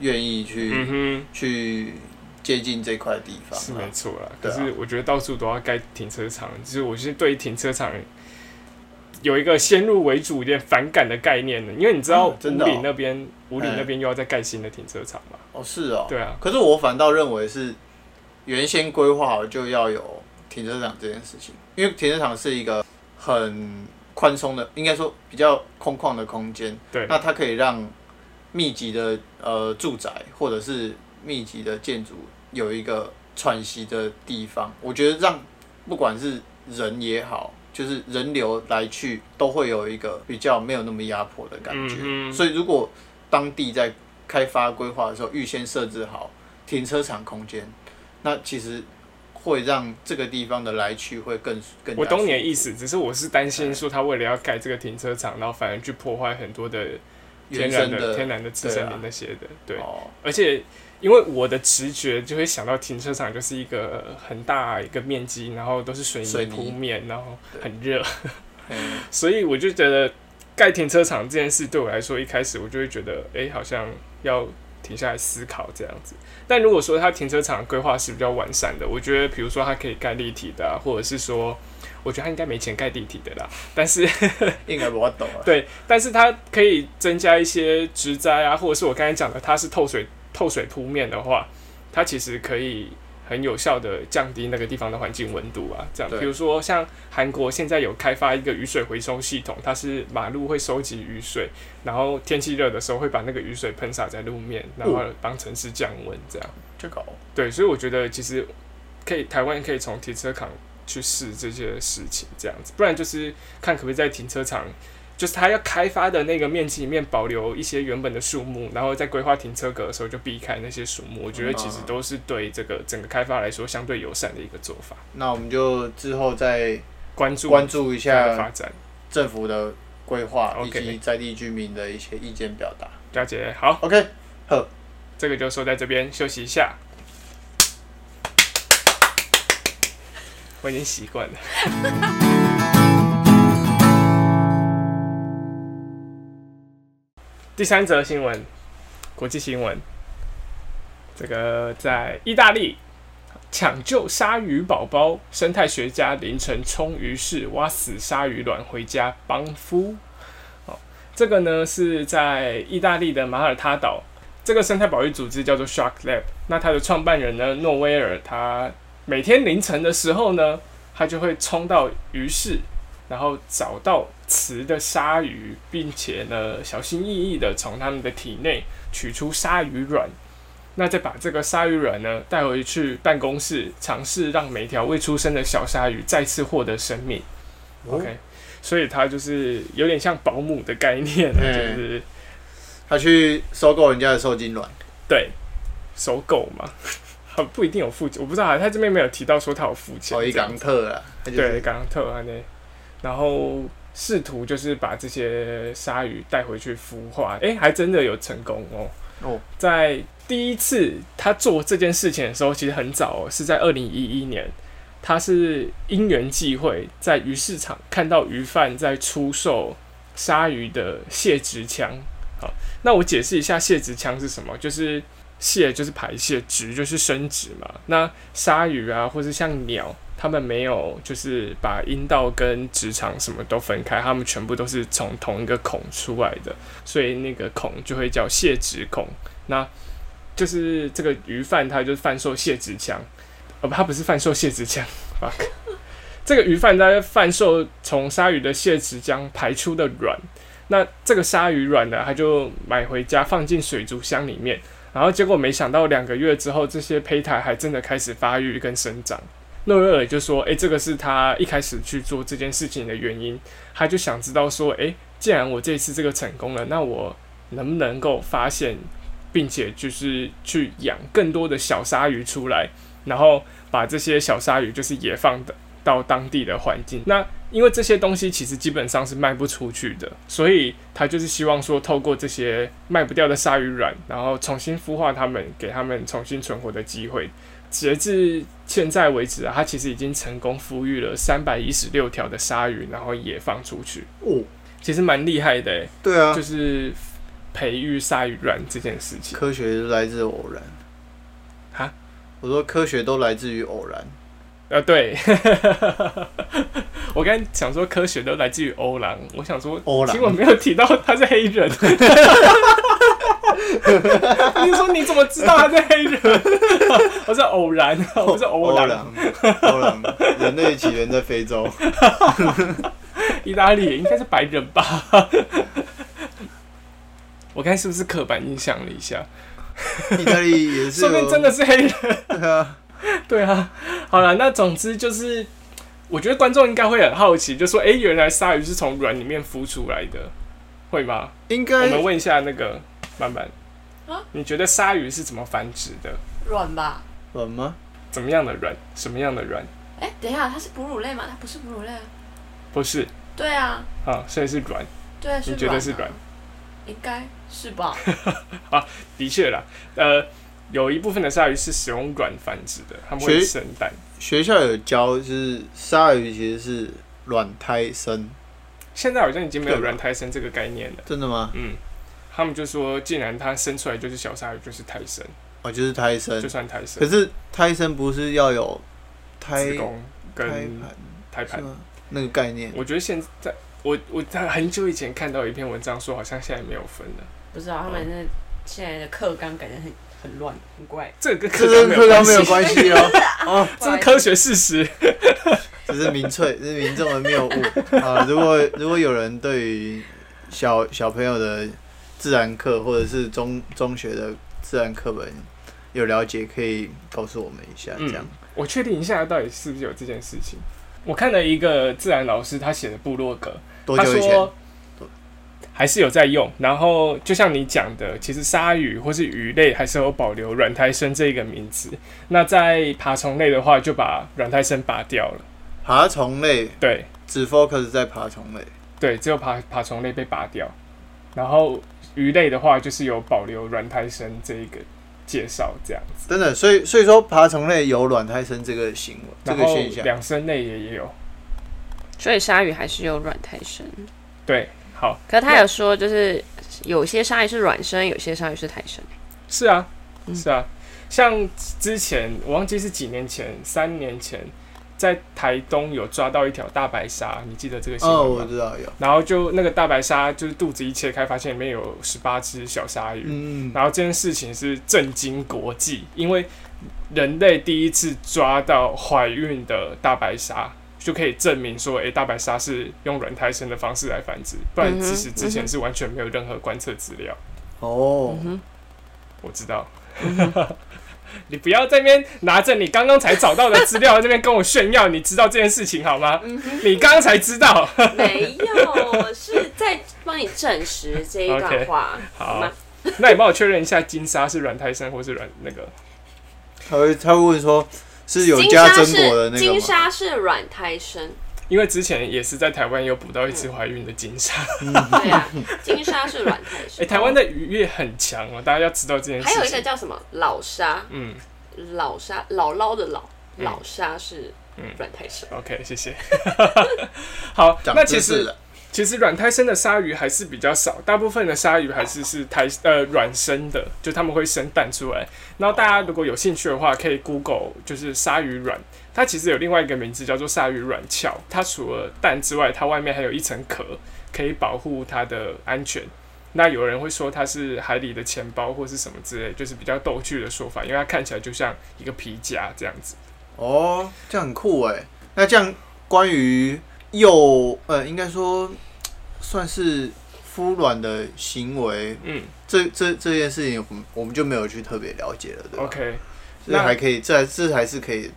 Speaker 2: 愿意去、
Speaker 1: 嗯
Speaker 2: 去接近这块地
Speaker 1: 哼，
Speaker 2: 方、
Speaker 1: 是
Speaker 2: 啊
Speaker 1: 没。错啦。可
Speaker 2: 对啊
Speaker 1: 是我觉得到处都要盖停车场，就是我是对停车场有一个先入为主、有点反感的概念的，因为你知道
Speaker 2: 嗯
Speaker 1: 五
Speaker 2: 真的哦
Speaker 1: 岭那边，五岭
Speaker 2: 哎
Speaker 1: 那边又要再盖新的停车场嘛。
Speaker 2: 哦，是哦。
Speaker 1: 对啊，
Speaker 2: 可是我反倒认为是原先规划好就要有停车场这件事情，因为停车场是一个很宽松的，应该说比较空旷的空间。
Speaker 1: 对
Speaker 2: 那它可以让密集的呃住宅或者是密集的建筑有一个喘息的地方。我觉得让不管是人也好，就是人流来去都会有一个比较没有那么压迫的感觉。
Speaker 1: 嗯哼
Speaker 2: 所以如果当地在开发规划的时候预先设置好停车场空间，那其实会让这个地方的来去会更更加
Speaker 1: 我懂你的
Speaker 2: 舒
Speaker 1: 意思，只是我是担心说他为了要盖这个停车场，然后反而去破坏很多的
Speaker 2: 服
Speaker 1: 天
Speaker 2: 原
Speaker 1: 然
Speaker 2: 生
Speaker 1: 的
Speaker 2: 的
Speaker 1: 天然的自
Speaker 2: 对
Speaker 1: 生
Speaker 2: 啊
Speaker 1: 林那些的。对，
Speaker 2: 哦，
Speaker 1: 而且因为我的直觉就会想到停车场就是一个很大一个面积，然后都是水
Speaker 2: 水
Speaker 1: 泥铺
Speaker 2: 泥
Speaker 1: 面，然后
Speaker 2: 对
Speaker 1: 很热。
Speaker 2: 嗯
Speaker 1: 所以我就觉得盖停车场这件事对我来说，一开始我就会觉得，哎、好像要停下来思考这样子。但如果说它停车场规划是比较完善的，我觉得比如说它可以盖立体的、啊，或者是说，我觉得它应该没钱盖立体的啦。但是。
Speaker 2: 应该我懂了
Speaker 1: 对，但是它可以增加一些植栽啊，或者是我刚才讲的，它是透水透水铺面的话，它其实可以很有效的降低那个地方的环境温度啊。这样，
Speaker 2: 对
Speaker 1: 比如说像韩国现在有开发一个雨水回收系统，它是马路会收集雨水，然后天气热的时候会把那个雨水喷洒在路面，然后帮城市降温这样。
Speaker 2: 这个哦
Speaker 1: 对，所以我觉得其实可以，台湾可以从停车场去试这些事情，这样子，不然就是看可不可以在停车场，就是它要开发的那个面积里面保留一些原本的树木，然后在规划停车格的时候就避开那些树木。我觉得其
Speaker 2: 嗯
Speaker 1: 实都是对这个整个开发来说相对友善的一个做法，
Speaker 2: 那我们就之后再
Speaker 1: 关注
Speaker 2: 关注一
Speaker 1: 它的发
Speaker 2: 下
Speaker 1: 展。
Speaker 2: 政府的规划以
Speaker 1: OK
Speaker 2: 及在地居民的一些意见表达。
Speaker 1: 了解，好，
Speaker 2: OK，
Speaker 1: 这个就说在这边休息一下。我已经习惯了。 <laughs> 第三则新闻，国际新闻，这个在意大利抢救鲨鱼宝宝，生态学家凌晨冲鱼市挖死鲨鱼卵回家帮夫。哦，这个呢是在意大利的马耳他岛，这个生态保育组织叫做 Shark Lab。那它的创办人呢，诺威尔，他每天凌晨的时候呢，他就会冲到鱼市，然后找到雌的鲨鱼，并且呢小心翼翼的从它们的体内取出鲨鱼卵，那再把这个鲨鱼卵呢带回去办公室，尝试让每条未出生的小鲨鱼再次获得生命。OK，所以它就是有点像保姆的概念啊，
Speaker 2: 嗯
Speaker 1: 就是
Speaker 2: 他去收购人家的受精卵，
Speaker 1: 对收购嘛， <laughs> 它不一定有付钱，我不知道啊，他这边没有提到说他有付钱
Speaker 2: 哦，
Speaker 1: 这样子。
Speaker 2: 一港特啊，他就
Speaker 1: 对，
Speaker 2: 是
Speaker 1: 港特安内，然后试图就是把这些鲨鱼带回去孵化，诶，还真的有成功哦。
Speaker 2: 哦，
Speaker 1: 在第一次他做这件事情的时候，其实很早、哦，是在二零一一年，他是因缘际会，在鱼市场看到鱼贩在出售鲨鱼的蟹殖腔。好，那我解释一下蟹殖腔是什么，就是。蟹就是排泄，殖就是生殖嘛。那鲨鱼啊，或是像鸟，它们没有就是把阴道跟直肠什么都分开，它们全部都是从同一个孔出来的，所以那个孔就会叫蟹殖孔。那就是这个鱼贩，他就是贩售蟹殖腔，呃，不，他不是贩售蟹殖腔，fuck。这个鱼贩他贩售从鲨鱼的蟹殖腔排出的卵，那这个鲨鱼卵呢，他就买回家放进水族箱里面，然后结果没想到两个月之后，这些胚胎还真的开始发育跟生长。诺维尔就说：“诶，这个是他一开始去做这件事情的原因。他就想知道说，诶，既然我这次这个成功了，那我能不能够发现，并且就是去养更多的小鲨鱼出来，然后把这些小鲨鱼就是也放的到当地的环境。那因为这些东西其实基本上是卖不出去的，所以他就是希望说，透过这些卖不掉的鲨鱼卵，然后重新孵化它们，给它们重新存活的机会。截至现在为止啊，他其实已经成功孵育了三百一十六条的鲨鱼，然后也放出去，
Speaker 2: 哦，
Speaker 1: 其实蛮厉害的、欸，
Speaker 2: 对啊，
Speaker 1: 就是培育鲨鱼卵这件事情。
Speaker 2: 科学来自偶然。
Speaker 1: 哈，
Speaker 2: 我说科学都来自于偶然。
Speaker 1: 呃，对， <laughs> 我刚才想说科学都来自于欧郎，我想说
Speaker 2: 欧郎
Speaker 1: 新闻没有提到他是黑人。你说你怎么知道他是黑人？ <laughs> 我是偶然，我是欧
Speaker 2: 欧
Speaker 1: 郎。
Speaker 2: 郎，欧郎，人类起源在
Speaker 1: <laughs>
Speaker 2: 非洲。
Speaker 1: 意大利应该是白人吧？我看是不是刻板印象了一下，
Speaker 2: 意大利也是
Speaker 1: 说
Speaker 2: 有，
Speaker 1: 不定真的是黑人。
Speaker 2: 对啊，
Speaker 1: 对啊，好了，那总之就是，我觉得观众应该会很好奇，就说，哎、原来鲨鱼是从卵里面孵出来的，会吗？
Speaker 2: 应
Speaker 1: 我们
Speaker 2: 该
Speaker 1: 问一下那个曼曼
Speaker 5: 啊，
Speaker 1: 你觉得鲨鱼是怎么繁殖的？
Speaker 3: 软吧？
Speaker 2: 卵吗？
Speaker 1: 怎么样的卵？什么样的卵？
Speaker 3: 哎、等一下，它是哺乳类吗？它不是哺乳类啊。
Speaker 1: 不是
Speaker 3: 对啊，
Speaker 1: 啊，所以是卵，
Speaker 3: 对啊，是
Speaker 1: 你
Speaker 3: 软、啊。
Speaker 1: 觉得是卵？
Speaker 3: 应该是
Speaker 1: <laughs>
Speaker 3: 吧？
Speaker 1: 的确啦，呃，有一部分的鲨鱼是使用卵繁殖的，它们
Speaker 2: 所
Speaker 1: 会
Speaker 2: 以
Speaker 1: 生蛋。
Speaker 2: 学校有教，就是鲨鱼其实是卵胎生，
Speaker 1: 现在好像已经没有
Speaker 2: 对吧
Speaker 1: 卵胎生这个概念了，
Speaker 2: 真的吗？
Speaker 1: 嗯。他们就说，既然它生出来就是小鲨鱼，就是胎生，
Speaker 2: 哦，就是胎生
Speaker 1: 就。算胎生
Speaker 2: 可，是胎生不是要有胎
Speaker 1: 子宫
Speaker 2: 胎
Speaker 1: 跟胎
Speaker 2: 盘
Speaker 1: 盘
Speaker 2: 是。吗？那个概念
Speaker 1: 我觉得现在，我我在很久以前看到一篇文章说，好像现在没有分了。
Speaker 5: 不知道他们那现在的课纲感觉很很乱，很怪。
Speaker 1: 这个跟
Speaker 2: 这
Speaker 1: 科学
Speaker 2: 跟科纲没有
Speaker 1: 系
Speaker 2: 关系哦，哦，
Speaker 1: 这是科学事实。
Speaker 2: 这是民粹，这是民众的谬误啊！如果如果有人对于小小朋友的自然课或者是中中学的自然课本有了解，可以告诉我们一下，
Speaker 1: 嗯
Speaker 2: 这样、
Speaker 1: 我确定一下到底是不是有这件事情。我看了一个自然老师他写的部落格，
Speaker 2: 多
Speaker 1: 他
Speaker 2: 久以前
Speaker 1: 说？还是有在用，然后就像你讲的，其实鲨鱼或是鱼类还是有保留软胎生这个名字。那在爬虫类的话，就把软胎生拔掉了。
Speaker 2: 爬虫类
Speaker 1: 对
Speaker 2: 只 focus 在爬虫类，
Speaker 1: 对，只有爬爬虫类被拔掉。然后鱼类的话，就是有保留软胎生这一个介绍这样子。
Speaker 2: 真的，所以所以说爬虫类有卵胎生这个行为，这
Speaker 1: 然
Speaker 2: 个
Speaker 1: 后
Speaker 2: 现象，
Speaker 1: 两生类也也有。
Speaker 5: 所以鲨鱼还是有软胎生，
Speaker 1: 对，好，
Speaker 5: 可是他有说，就是有些鲨鱼是卵生，有些鲨鱼是胎生。
Speaker 1: 是啊，
Speaker 5: 嗯
Speaker 1: 是啊，像之前我忘记是几年前，三年前在台东有抓到一条大白鲨，你记得这个新
Speaker 2: 哦，
Speaker 1: 闻吗？
Speaker 2: 我知道有，
Speaker 1: 然后就那个大白鲨，就是肚子一切开，发现里面有十八只小鲨鱼。
Speaker 2: 嗯，
Speaker 1: 然后这件事情是震惊国际，因为人类第一次抓到怀孕的大白鲨，就可以证明说，诶，大白鲨是用卵胎生的方式来繁殖，不然
Speaker 5: 嗯哼
Speaker 1: 其实之
Speaker 5: 嗯
Speaker 1: 前
Speaker 5: 哼
Speaker 1: 是完全没有任何观测资料。
Speaker 2: 哦，
Speaker 5: 嗯
Speaker 1: 我知道。 <laughs> 你不要在那边拿着你刚刚才找到的资料，这边跟我炫耀你知道这件事情好吗？
Speaker 3: 嗯
Speaker 1: 你刚刚才知
Speaker 3: <laughs>
Speaker 1: 道，
Speaker 3: <laughs> 没有，我是在帮你证实这一段
Speaker 1: OK，
Speaker 3: 话
Speaker 1: 好
Speaker 3: 吗？
Speaker 1: 那你帮我确认一下，金沙是软胎生或是软那个？
Speaker 2: 他会他会问说，是有
Speaker 3: 金
Speaker 2: 加
Speaker 3: 沙
Speaker 2: 榛
Speaker 3: 是
Speaker 2: 果的那个
Speaker 3: 金
Speaker 2: 吗？
Speaker 3: 沙是卵
Speaker 2: <laughs>
Speaker 3: 胎生，
Speaker 1: 因为之前也是在台湾有捕到一只怀孕的金沙，
Speaker 3: 对啊，金沙是卵胎
Speaker 1: 哎、
Speaker 3: 生。
Speaker 1: 台湾的渔业很强哦，大家要知道这件事
Speaker 3: 还
Speaker 1: 情。
Speaker 3: 有一个叫什么老沙，
Speaker 1: 嗯
Speaker 3: 老沙姥姥的姥，
Speaker 1: 嗯
Speaker 3: 老沙是
Speaker 1: 嗯
Speaker 3: 软胎生。
Speaker 1: ，OK，谢谢。 <laughs> 好，
Speaker 2: 长
Speaker 1: 那
Speaker 2: 知
Speaker 1: 其
Speaker 2: 识
Speaker 1: 实
Speaker 2: 了
Speaker 1: 其实卵胎生的鲨鱼还是比较少，大部分的鲨鱼还是是胎呃卵生的，就他们会生蛋出来。然后大家如果有兴趣的话，可以 Google 就是鲨鱼卵，它其实有另外一个名字叫做鲨鱼卵壳，它除了蛋之外，它外面还有一层壳，可以保护它的安全。那有人会说它是海里的钱包或是什么之类，就是比较逗趣的说法，因为它看起来就像一个皮夹这样子。
Speaker 2: 哦，这样很酷哎。那这样关于幼呃，应该说算是孵卵的行为，
Speaker 1: 嗯
Speaker 2: 这这这件事情，我们我们就没有去特别了解了，对吧
Speaker 1: ，OK。
Speaker 2: 这
Speaker 1: 那
Speaker 2: 还可以，这还这还是可以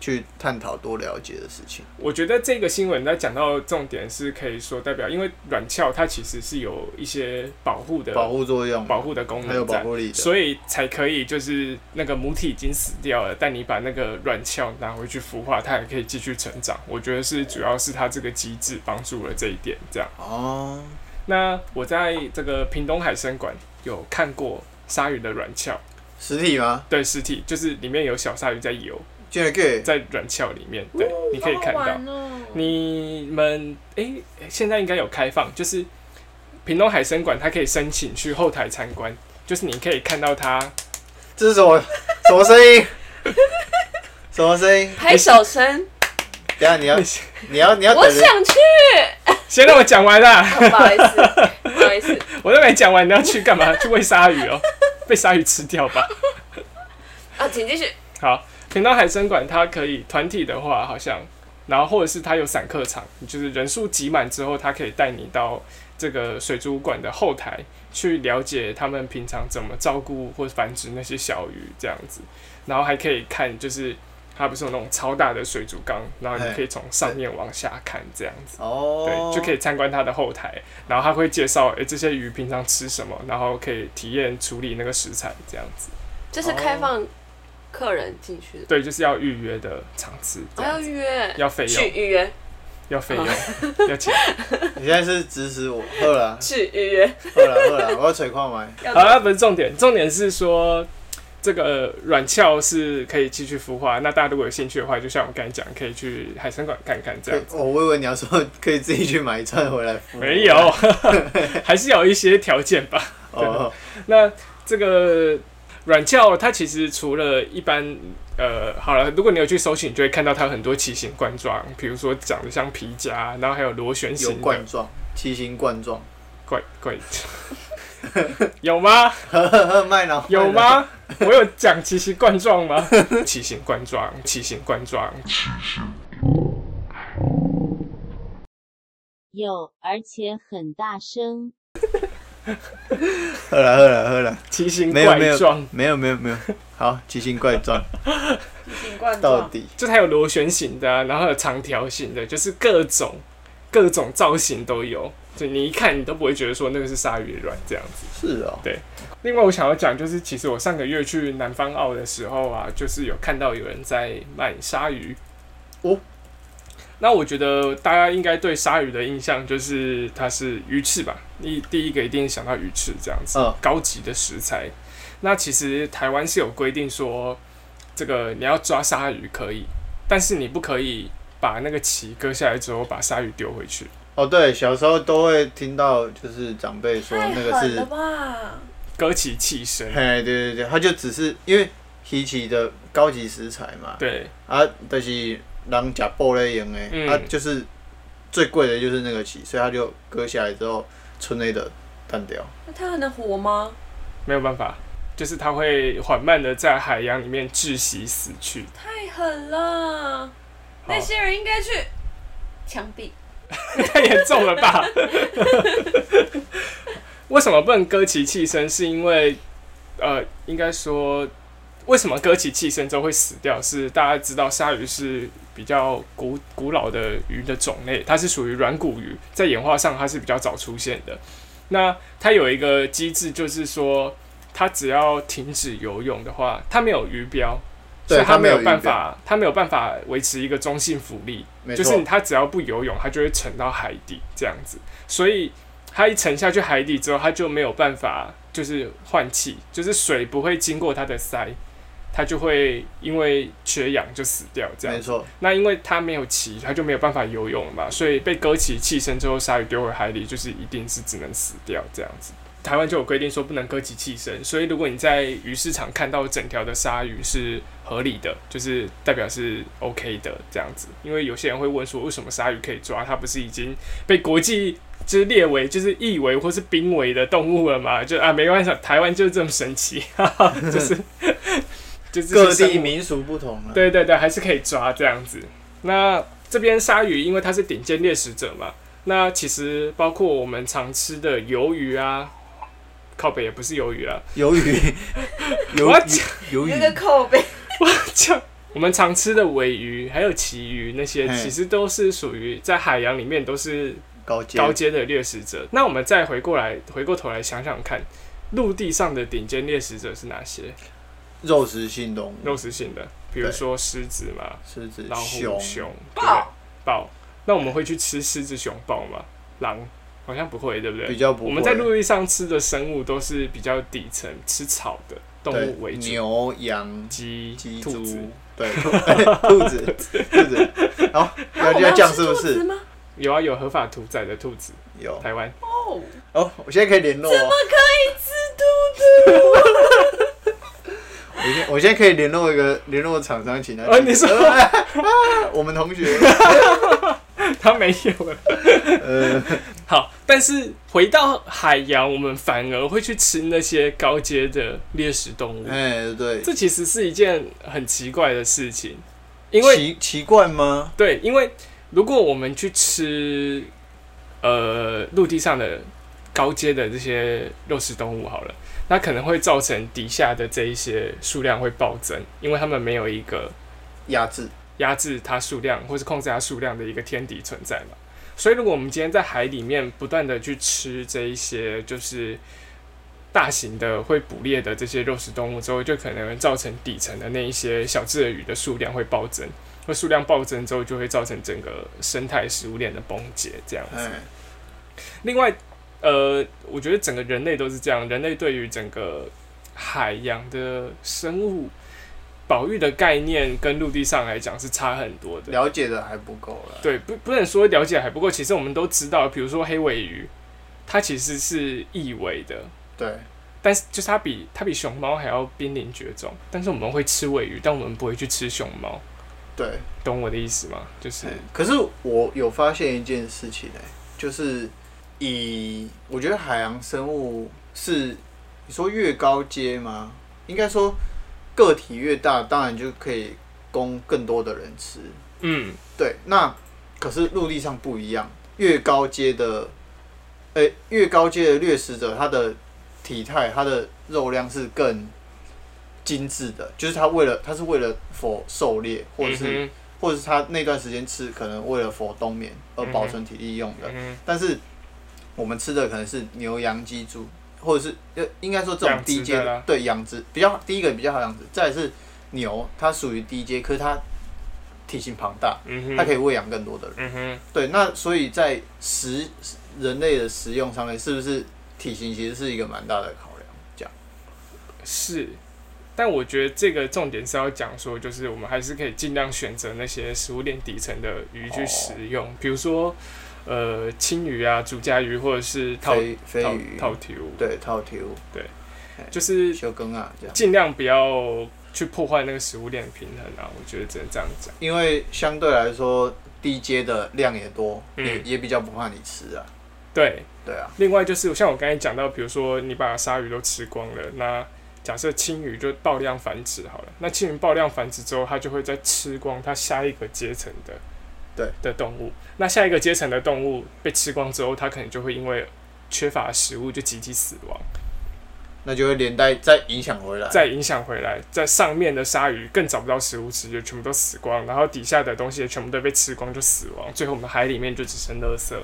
Speaker 2: 去探讨多了解的事情。
Speaker 1: 我觉得这个新闻在讲到重点是可以说代表，因为软壳它其实是有一些保护的
Speaker 2: 保护作用，
Speaker 1: 保护的功
Speaker 2: 还有
Speaker 1: 能
Speaker 2: 保
Speaker 1: 在，
Speaker 2: 护力的。
Speaker 1: 所以才可以就是那个母体已经死掉了，但你把那个软壳拿回去孵化，它还可以继续成长。我觉得是主要是它这个机制帮助了这一点，这样。
Speaker 2: 哦，
Speaker 1: 那我在这个屏东海参馆有看过鲨鱼的软壳，
Speaker 2: 实体吗？
Speaker 1: 对，尸体就是里面有小鲨鱼在游，
Speaker 2: 竟然可以
Speaker 1: 在软壳里面，对，你
Speaker 5: 嗯
Speaker 1: 可以看
Speaker 3: 哦
Speaker 1: 到。
Speaker 5: 到。
Speaker 1: 你们诶，现在应该有开放，就是屏东海参馆，它可以申请去后台参观，就是你可以看到它。
Speaker 2: 这是
Speaker 1: <laughs>
Speaker 2: 什么什么声音？什么声音？
Speaker 3: 拍手声，
Speaker 2: 等一下你要
Speaker 1: 你先
Speaker 2: 你要你要
Speaker 3: 我
Speaker 2: 哎等着，
Speaker 3: 想去，
Speaker 1: <laughs>
Speaker 3: 哦
Speaker 1: 先让我讲完啦，
Speaker 3: 不好意思，不好意思，
Speaker 1: 我都没讲完，你要去干嘛？去喂鲨鱼哦，被鲨鱼吃掉吧。
Speaker 3: 啊，请继续。
Speaker 1: 好，屏东海参馆它可以团体的话，好像，然后或者是它有散客场，就是人数挤满之后，它可以带你到这个水族馆的后台去了解他们平常怎么照顾或繁殖那些小鱼这样子，然后还可以看就是。它不是有那种超大的水族缸，然后你
Speaker 2: 哎
Speaker 1: 可以从上面往下看这样子，
Speaker 2: 哦
Speaker 1: 对，，就可以参观它的后台，然后它会介绍诶、这些鱼平常吃什么，然后可以体验处理那个食材这样子，
Speaker 3: 这是开放客人进去的，
Speaker 1: 对，就是要预约的场次这
Speaker 3: 我
Speaker 1: 样
Speaker 3: 要
Speaker 1: 子。
Speaker 3: 预约，
Speaker 1: 要费
Speaker 3: 去
Speaker 1: 用，
Speaker 3: 预约，
Speaker 1: 要费用， <laughs> 要钱。
Speaker 2: 你现在是指使我喝了啊
Speaker 3: 去预约，
Speaker 2: 喝了啊喝了啊，我要吹矿麦。
Speaker 3: 要
Speaker 1: 好了，不是重点，重点是说这个软壳是可以继续孵化。那大家如果有兴趣的话，就像我刚才讲，可以去海参馆看看这样。
Speaker 2: 哦，我以为你要说可以自己去买一串回来敷。
Speaker 1: 没有， <laughs> 还是有一些条件吧。 <laughs>
Speaker 2: 哦，
Speaker 1: 那这个软壳它其实除了一般。呃，好了，如果你有去搜寻，你就会看到它有很多奇形怪状，比如说长得像皮夹，然后还有螺旋
Speaker 2: 有
Speaker 1: 形的
Speaker 2: 冠状，七星冠状， <laughs>
Speaker 1: 怪怪， <laughs> 有吗？
Speaker 2: 呵呵呵，卖 <laughs> 脑
Speaker 1: 有？吗？ <laughs> 我有讲奇形怪状
Speaker 2: <laughs>
Speaker 1: 吗？奇形怪状，奇形怪状。
Speaker 6: 有，而且很大声。
Speaker 2: 喝了喝了喝了，
Speaker 1: 奇形
Speaker 2: 没有没
Speaker 1: 怪
Speaker 2: 有
Speaker 1: 状，
Speaker 2: 没有没有没有，好，七星怪状
Speaker 5: 冠
Speaker 2: 到
Speaker 5: 状。
Speaker 2: 底
Speaker 1: 就它有螺旋形的啊、然后有长条形的，就是各种各种造型都有，就你一看你都不会觉得说那个是鲨鱼卵这样子。
Speaker 2: 是哦，
Speaker 1: 另外，我想要讲就是，其实我上个月去南方澳的时候啊，就是有看到有人在卖鲨鱼。
Speaker 2: 哦，
Speaker 1: 那我觉得大家应该对鲨鱼的印象就是它是鱼翅吧，你第一个一定想到鱼翅这样子，
Speaker 2: 嗯
Speaker 1: 高级的食材。那其实台湾是有规定说，这个你要抓鲨鱼可以，但是你不可以把那个鳍割下来之后把鲨鱼丢回去。
Speaker 2: 哦，对，小时候都会听到，就是长辈说
Speaker 5: 太
Speaker 2: 那个
Speaker 5: 狠
Speaker 2: 是
Speaker 5: 了，吧！
Speaker 1: 歌起气声，
Speaker 2: 嘿，对对对，他就只是因为稀奇的高级食材嘛，
Speaker 1: 对，
Speaker 2: 啊，但、就是人家暴雷用的，
Speaker 1: 嗯
Speaker 2: 啊，就是最贵的就是那个起，所以他就割下来之后，村内的淡掉。
Speaker 5: 那它还能活吗？
Speaker 1: 没有办法，就是它会缓慢的在海洋里面窒息死去。
Speaker 5: 太狠了！
Speaker 1: 好
Speaker 5: 那些人应该去枪毙。
Speaker 1: 太严重了吧？ <laughs> 为什么不能歌起气声？是因为，呃，应该说，为什么歌起气声之后会死掉？是大家知道鲨鱼是比较古古老的鱼的种类，它是属于软骨鱼，在演化上它是比较早出现的。那它有一个机制，就是说，它只要停止游泳的话，它没有鱼标，
Speaker 2: 对
Speaker 1: 所以它
Speaker 2: 它没
Speaker 1: 没
Speaker 2: 有
Speaker 1: 有办
Speaker 2: 鱼标
Speaker 1: 法，它没有办法维持一个中性浮力。
Speaker 2: 没
Speaker 1: 就
Speaker 2: 错，
Speaker 1: 是它只要不游泳，它就会沉到海底这样子。所以它一沉下去海底之后，它就没有办法就是换气，就是水不会经过它的鳃，它就会因为缺氧就死掉这样
Speaker 2: 没
Speaker 1: 子。
Speaker 2: 错，
Speaker 1: 那因为它没有鳍，它就没有办法游泳了嘛，所以被割起气身之后，鲨鱼丢回海里就是一定是只能死掉这样子。台湾就有规定说不能割起气身，所以如果你在鱼市场看到整条的鲨鱼是合理的，就是代表是 OK 的这样子。因为有些人会问说，为什么鲨鱼可以抓？它不是已经被国际就是列为就是异为或是濒危的动物了嘛？就啊，没关系，台湾就是这么神奇，哈哈就是就是
Speaker 2: 各
Speaker 1: 生
Speaker 2: 地
Speaker 1: 物
Speaker 2: 民俗不同啊。
Speaker 1: 对对对，还是可以抓这样子。那这边鲨鱼，因为它是顶尖猎食者嘛，那其实包括我们常吃的鱿鱼啊，靠北也不是鱿鱼啊 <laughs> 啦，
Speaker 2: 鱿鱼， <laughs> 鱿
Speaker 1: 我
Speaker 2: 鱼，鱿
Speaker 5: 那个
Speaker 2: 鱼，
Speaker 5: 口碑，
Speaker 1: 像我们常吃的尾鱼，还有旗鱼那些，
Speaker 2: 嘿
Speaker 1: 其实都是属于在海洋里面都是
Speaker 2: 高阶，
Speaker 1: 高阶的猎食者。那我们再回过来，回过头来想想看，陆地上的顶尖猎食者是哪些
Speaker 2: 肉食性动物，
Speaker 1: 肉食性的？比如
Speaker 2: 对
Speaker 1: 说狮子嘛，
Speaker 2: 狮子、
Speaker 1: 老虎、
Speaker 2: 熊、
Speaker 1: 熊、对不对豹。那我们会去吃狮子、熊、豹吗？狼好像不会，对不对？
Speaker 2: 比较不会。
Speaker 1: 我们在陆地上吃的生物都是比较底层，吃草的动
Speaker 2: 对
Speaker 1: 物为主，
Speaker 2: 牛、羊、
Speaker 1: 鸡、
Speaker 2: 鸡、
Speaker 1: 兔子
Speaker 2: 猪。对，兔兔子，兔子，好，
Speaker 5: 啊
Speaker 2: 要
Speaker 5: 我们
Speaker 2: 要
Speaker 5: 要
Speaker 2: 这样
Speaker 5: 吃
Speaker 2: 是不
Speaker 5: 兔子
Speaker 2: 是？
Speaker 5: 吗？
Speaker 1: 有啊，有合法屠宰的兔子，
Speaker 2: 有
Speaker 1: 台湾。 <laughs>
Speaker 5: 哦，
Speaker 2: 哦，我现在可以联络
Speaker 5: 怎
Speaker 2: 哦
Speaker 5: 么，可以吃兔子？
Speaker 2: <laughs> 我现在我现在可以联络一个联络厂商，请他
Speaker 1: 哦你说
Speaker 2: <laughs> 我们同学，
Speaker 1: 它没有了。
Speaker 2: 呃，
Speaker 1: 好，但是回到海洋，我们反而会去吃那些高阶的猎食动物，
Speaker 2: 哎，对，
Speaker 1: 这其实是一件很奇怪的事情，因为
Speaker 2: 奇奇怪吗？
Speaker 1: 对，因为如果我们去吃呃陆地上的高阶的这些肉食动物好了，那可能会造成底下的这一些数量会暴增，因为它们没有一个
Speaker 2: 压制，
Speaker 1: 压制它数量或是控制它数量的一个天敌存在嘛。所以，如果我们今天在海里面不断的去吃这一些就是大型的会捕猎的这些肉食动物之后，就可能造成底层的那一些小只的鱼的数量会暴增，那数量暴增之后，就会造成整个生态食物链的崩解这样子。
Speaker 2: 哎，
Speaker 1: 另外，呃，我觉得整个人类都是这样，人类对于整个海洋的生物保育的概念跟陆地上来讲是差很多的。
Speaker 2: 了解的还不够了，
Speaker 1: 对，不不能说了解还不够，其实我们都知道，比如说黑尾鱼，它其实是异尾的，
Speaker 2: 对，
Speaker 1: 但是就是它比它比熊猫还要濒临绝种，但是我们会吃尾鱼，但我们不会去吃熊猫，
Speaker 2: 对。
Speaker 1: 懂我的意思吗？就是
Speaker 2: 哎可是我有发现一件事情哎、就是以我觉得海洋生物是你说越高阶吗？应该说个体越大，当然就可以供更多的人吃。
Speaker 1: 嗯，
Speaker 2: 对，那可是陆地上不一样，越高阶的，呃、越高阶的掠食者，它的体态、它的肉量是更精致的，就是它为了它是为了否狩猎，或者是、
Speaker 1: 嗯
Speaker 2: 或者是他那段时间吃，可能为了否冬眠而保存体力用的。
Speaker 1: 哼嗯
Speaker 2: 但是我们吃的可能是牛、羊、鸡、猪，或者是呃，应该说这
Speaker 1: 养
Speaker 2: 种
Speaker 1: 殖
Speaker 2: 低阶
Speaker 1: 的啦
Speaker 2: 对养殖比较第一个比较好养殖，再来是牛，它属于低阶，可是它体型庞大，
Speaker 1: 嗯哼，
Speaker 2: 它可以喂养更多的人。
Speaker 1: 嗯哼，
Speaker 2: 对，那所以在食人类的食用上面，是不是体型其实是一个蛮大的考量？这样
Speaker 1: 是。但我觉得这个重点是要讲说，就是我
Speaker 2: 哦
Speaker 1: 们还是可以尽量选择那些食物链底层的鱼去食用，比如说，呃青鱼啊、竹夹鱼或者是套
Speaker 2: 飞飞
Speaker 1: 套
Speaker 2: 鱼，
Speaker 1: 套体物，
Speaker 2: 对，套条，
Speaker 1: 就是
Speaker 2: 修更啊，这样。
Speaker 1: 尽量不要去破坏那个食物链的平衡啊。我觉得只能这样讲。
Speaker 2: 因为相对来说低阶的量也多，
Speaker 1: 嗯
Speaker 2: 也也比较不怕你吃啊。
Speaker 1: 对，
Speaker 2: 对啊，
Speaker 1: 另外就是像我刚才讲到，比如说你把鲨鱼都吃光了，那假设青鱼就爆量繁殖好了，那青鱼爆量繁殖之后，它就会再吃光它下一个阶层的
Speaker 2: 对
Speaker 1: 的动物。那下一个阶层的动物被吃光之后，它可能就会因为缺乏食物就集体死亡，
Speaker 2: 那就会连带再影响回来。
Speaker 1: 再影响回来，在上面的鲨鱼更找不到食物吃，就全部都死光，然后底下的东西也全部都被吃光就死亡，最后我们海里面就只剩垃圾。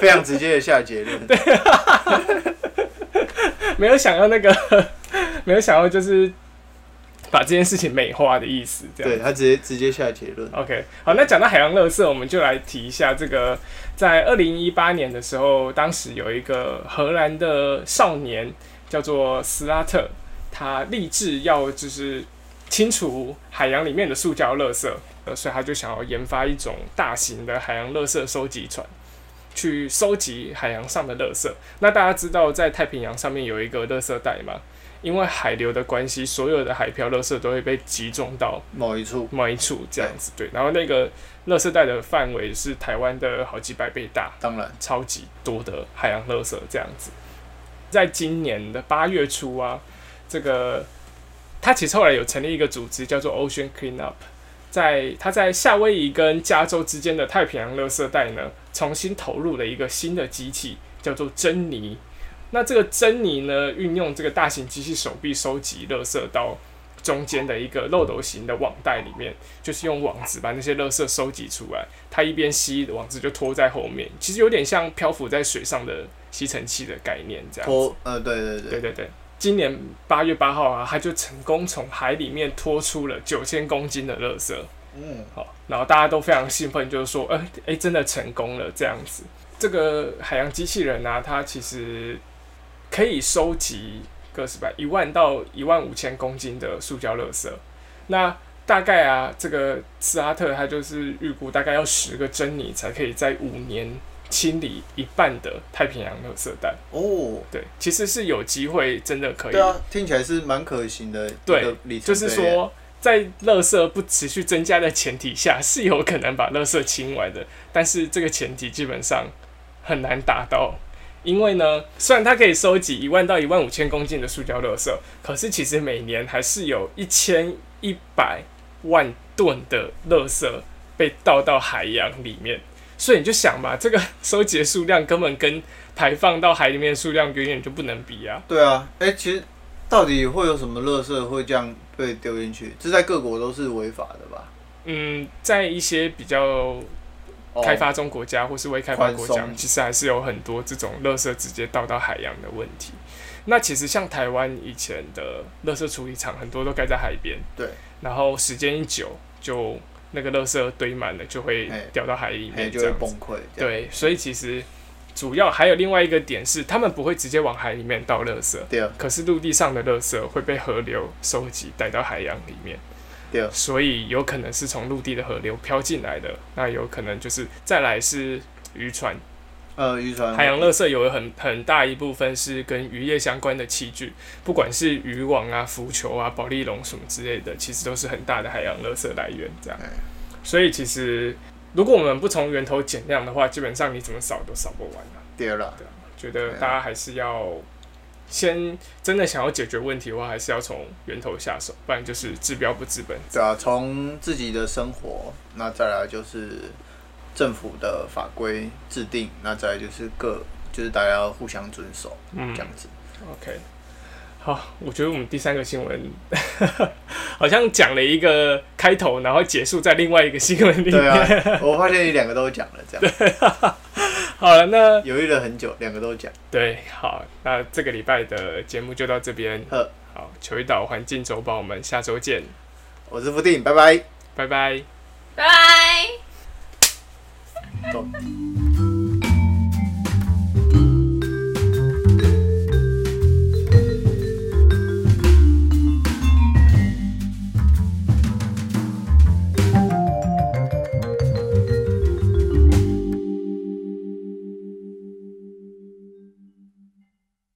Speaker 2: 非常直接的下
Speaker 1: <laughs>
Speaker 2: 结论。
Speaker 1: 啊没有想要那个， <laughs> 没有想要就是把这件事情美化的意思，这样。
Speaker 2: 对他直接直接下结论。
Speaker 1: OK，好，那讲到海洋垃圾，我们就来提一下这个，在二零一八年的时候，当时有一个荷兰的少年叫做斯拉特，他立志要就是清除海洋里面的塑胶垃圾，呃，所以他就想要研发一种大型的海洋垃圾收集船。去收集海洋上的垃圾。那大家知道，在太平洋上面有一个垃圾带嘛？因为海流的关系，所有的海漂垃圾都会被集中到
Speaker 2: 某一处，
Speaker 1: 某一处这样子，对。然后那个垃圾袋的范围是台湾的好几百倍大，
Speaker 2: 当然
Speaker 1: 超级多的海洋垃圾这样子。在今年的八月初啊，这个他其实后来有成立一个组织叫做 Ocean Cleanup，在他在夏威夷跟加州之间的太平洋垃圾带呢，重新投入了一个新的机器，叫做珍妮。那这个珍妮呢，运用这个大型机器手臂收集垃圾到中间的一个漏斗型的网袋里面，就是用网子把那些垃圾收集出来。它一边吸，网子就拖在后面，其实有点像漂浮在水上的吸尘器的概念这样子。
Speaker 2: 拖呃，对对对，
Speaker 1: 对对对，今年八月八号啊，它就成功从海里面拖出了九千公斤的垃圾。
Speaker 2: 嗯，
Speaker 1: 好，然后大家都非常兴奋，就是说，哎、哎、真的成功了这样子。这个海洋机器人啊，它其实可以收集个是吧一万到一万五千公斤的塑胶垃圾。那大概啊，这个斯哈特他就是预估大概要十个珍妮才可以在五年清理一半的太平洋垃圾带。
Speaker 2: 哦，
Speaker 1: 对，其实是有机会真的可以
Speaker 2: 对啊，听起来是蛮可行的一
Speaker 1: 对
Speaker 2: 个里
Speaker 1: 就
Speaker 2: 程碑
Speaker 1: 是，说，在垃圾不持续增加的前提下，是有可能把垃圾清完的，但是这个前提基本上很难达到。因为呢，虽然它可以收集一万到一万五千公斤的塑胶垃圾，可是其实每年还是有一千一百万吨的垃圾被倒到海洋里面。所以你就想吧，这个收集的数量根本跟排放到海里面的数量远远就不能比啊。
Speaker 2: 对啊，哎、其实到底会有什么垃圾会这样被丢进去？这在各国都是违法的吧？
Speaker 1: 嗯，在一些比较
Speaker 2: 哦
Speaker 1: 开发中国家或是未开发国
Speaker 2: 宽
Speaker 1: 家，
Speaker 2: 松
Speaker 1: 其实还是有很多这种垃圾直接倒到海洋的问题。那其实像台湾以前的垃圾处理厂，很多都盖在海边，
Speaker 2: 对，
Speaker 1: 然后时间一久，就那个垃圾堆满了，就会
Speaker 2: 哎
Speaker 1: 掉到海里
Speaker 2: 哎、
Speaker 1: 面，
Speaker 2: 就
Speaker 1: 这
Speaker 2: 会
Speaker 1: 样
Speaker 2: 崩
Speaker 1: 子。
Speaker 2: 溃。，
Speaker 1: 对，所以其实主要还有另外一个点是，他们不会直接往海里面倒垃圾，
Speaker 2: 对啊，
Speaker 1: 可是陆地上的垃圾会被河流收集带到海洋里面。
Speaker 2: 对啊，
Speaker 1: 所以有可能是从陆地的河流飘进来的，那有可能就是再来是渔船，
Speaker 2: 呃，渔船
Speaker 1: 海洋垃圾有很很大一部分是跟渔业相关的器具，不管是渔网啊、浮球啊、保利龙什么之类的，其实都是很大的海洋垃圾来源。这样
Speaker 2: 哎，
Speaker 1: 所以其实如果我们不从源头减量的话，基本上你怎么扫都扫不完啊。
Speaker 2: 对啊了，
Speaker 1: 觉得大家还是要先真的想要解决问题的话，还是要从源头下手，不然就是治标不治本。
Speaker 2: 对啊，从自己的生活，那再来就是政府的法规制定，那再来就是各就是大家要互相遵守
Speaker 1: 嗯
Speaker 2: 这样子。
Speaker 1: OK，好，我觉得我们第三个新闻 <laughs> 好像讲了一个开头，然后结束在另外一个新闻里面。
Speaker 2: 对啊，我发现你两个都讲了，这样
Speaker 1: <laughs> 好了，那
Speaker 2: 犹豫了很久，两个都讲。
Speaker 1: 对，好，那这个礼拜的节目就到这边。
Speaker 2: 呵，
Speaker 1: 好，求一岛环境周报，我们下周见，
Speaker 2: 我是付定，拜拜。
Speaker 1: 拜拜。
Speaker 3: 拜拜。
Speaker 2: 走。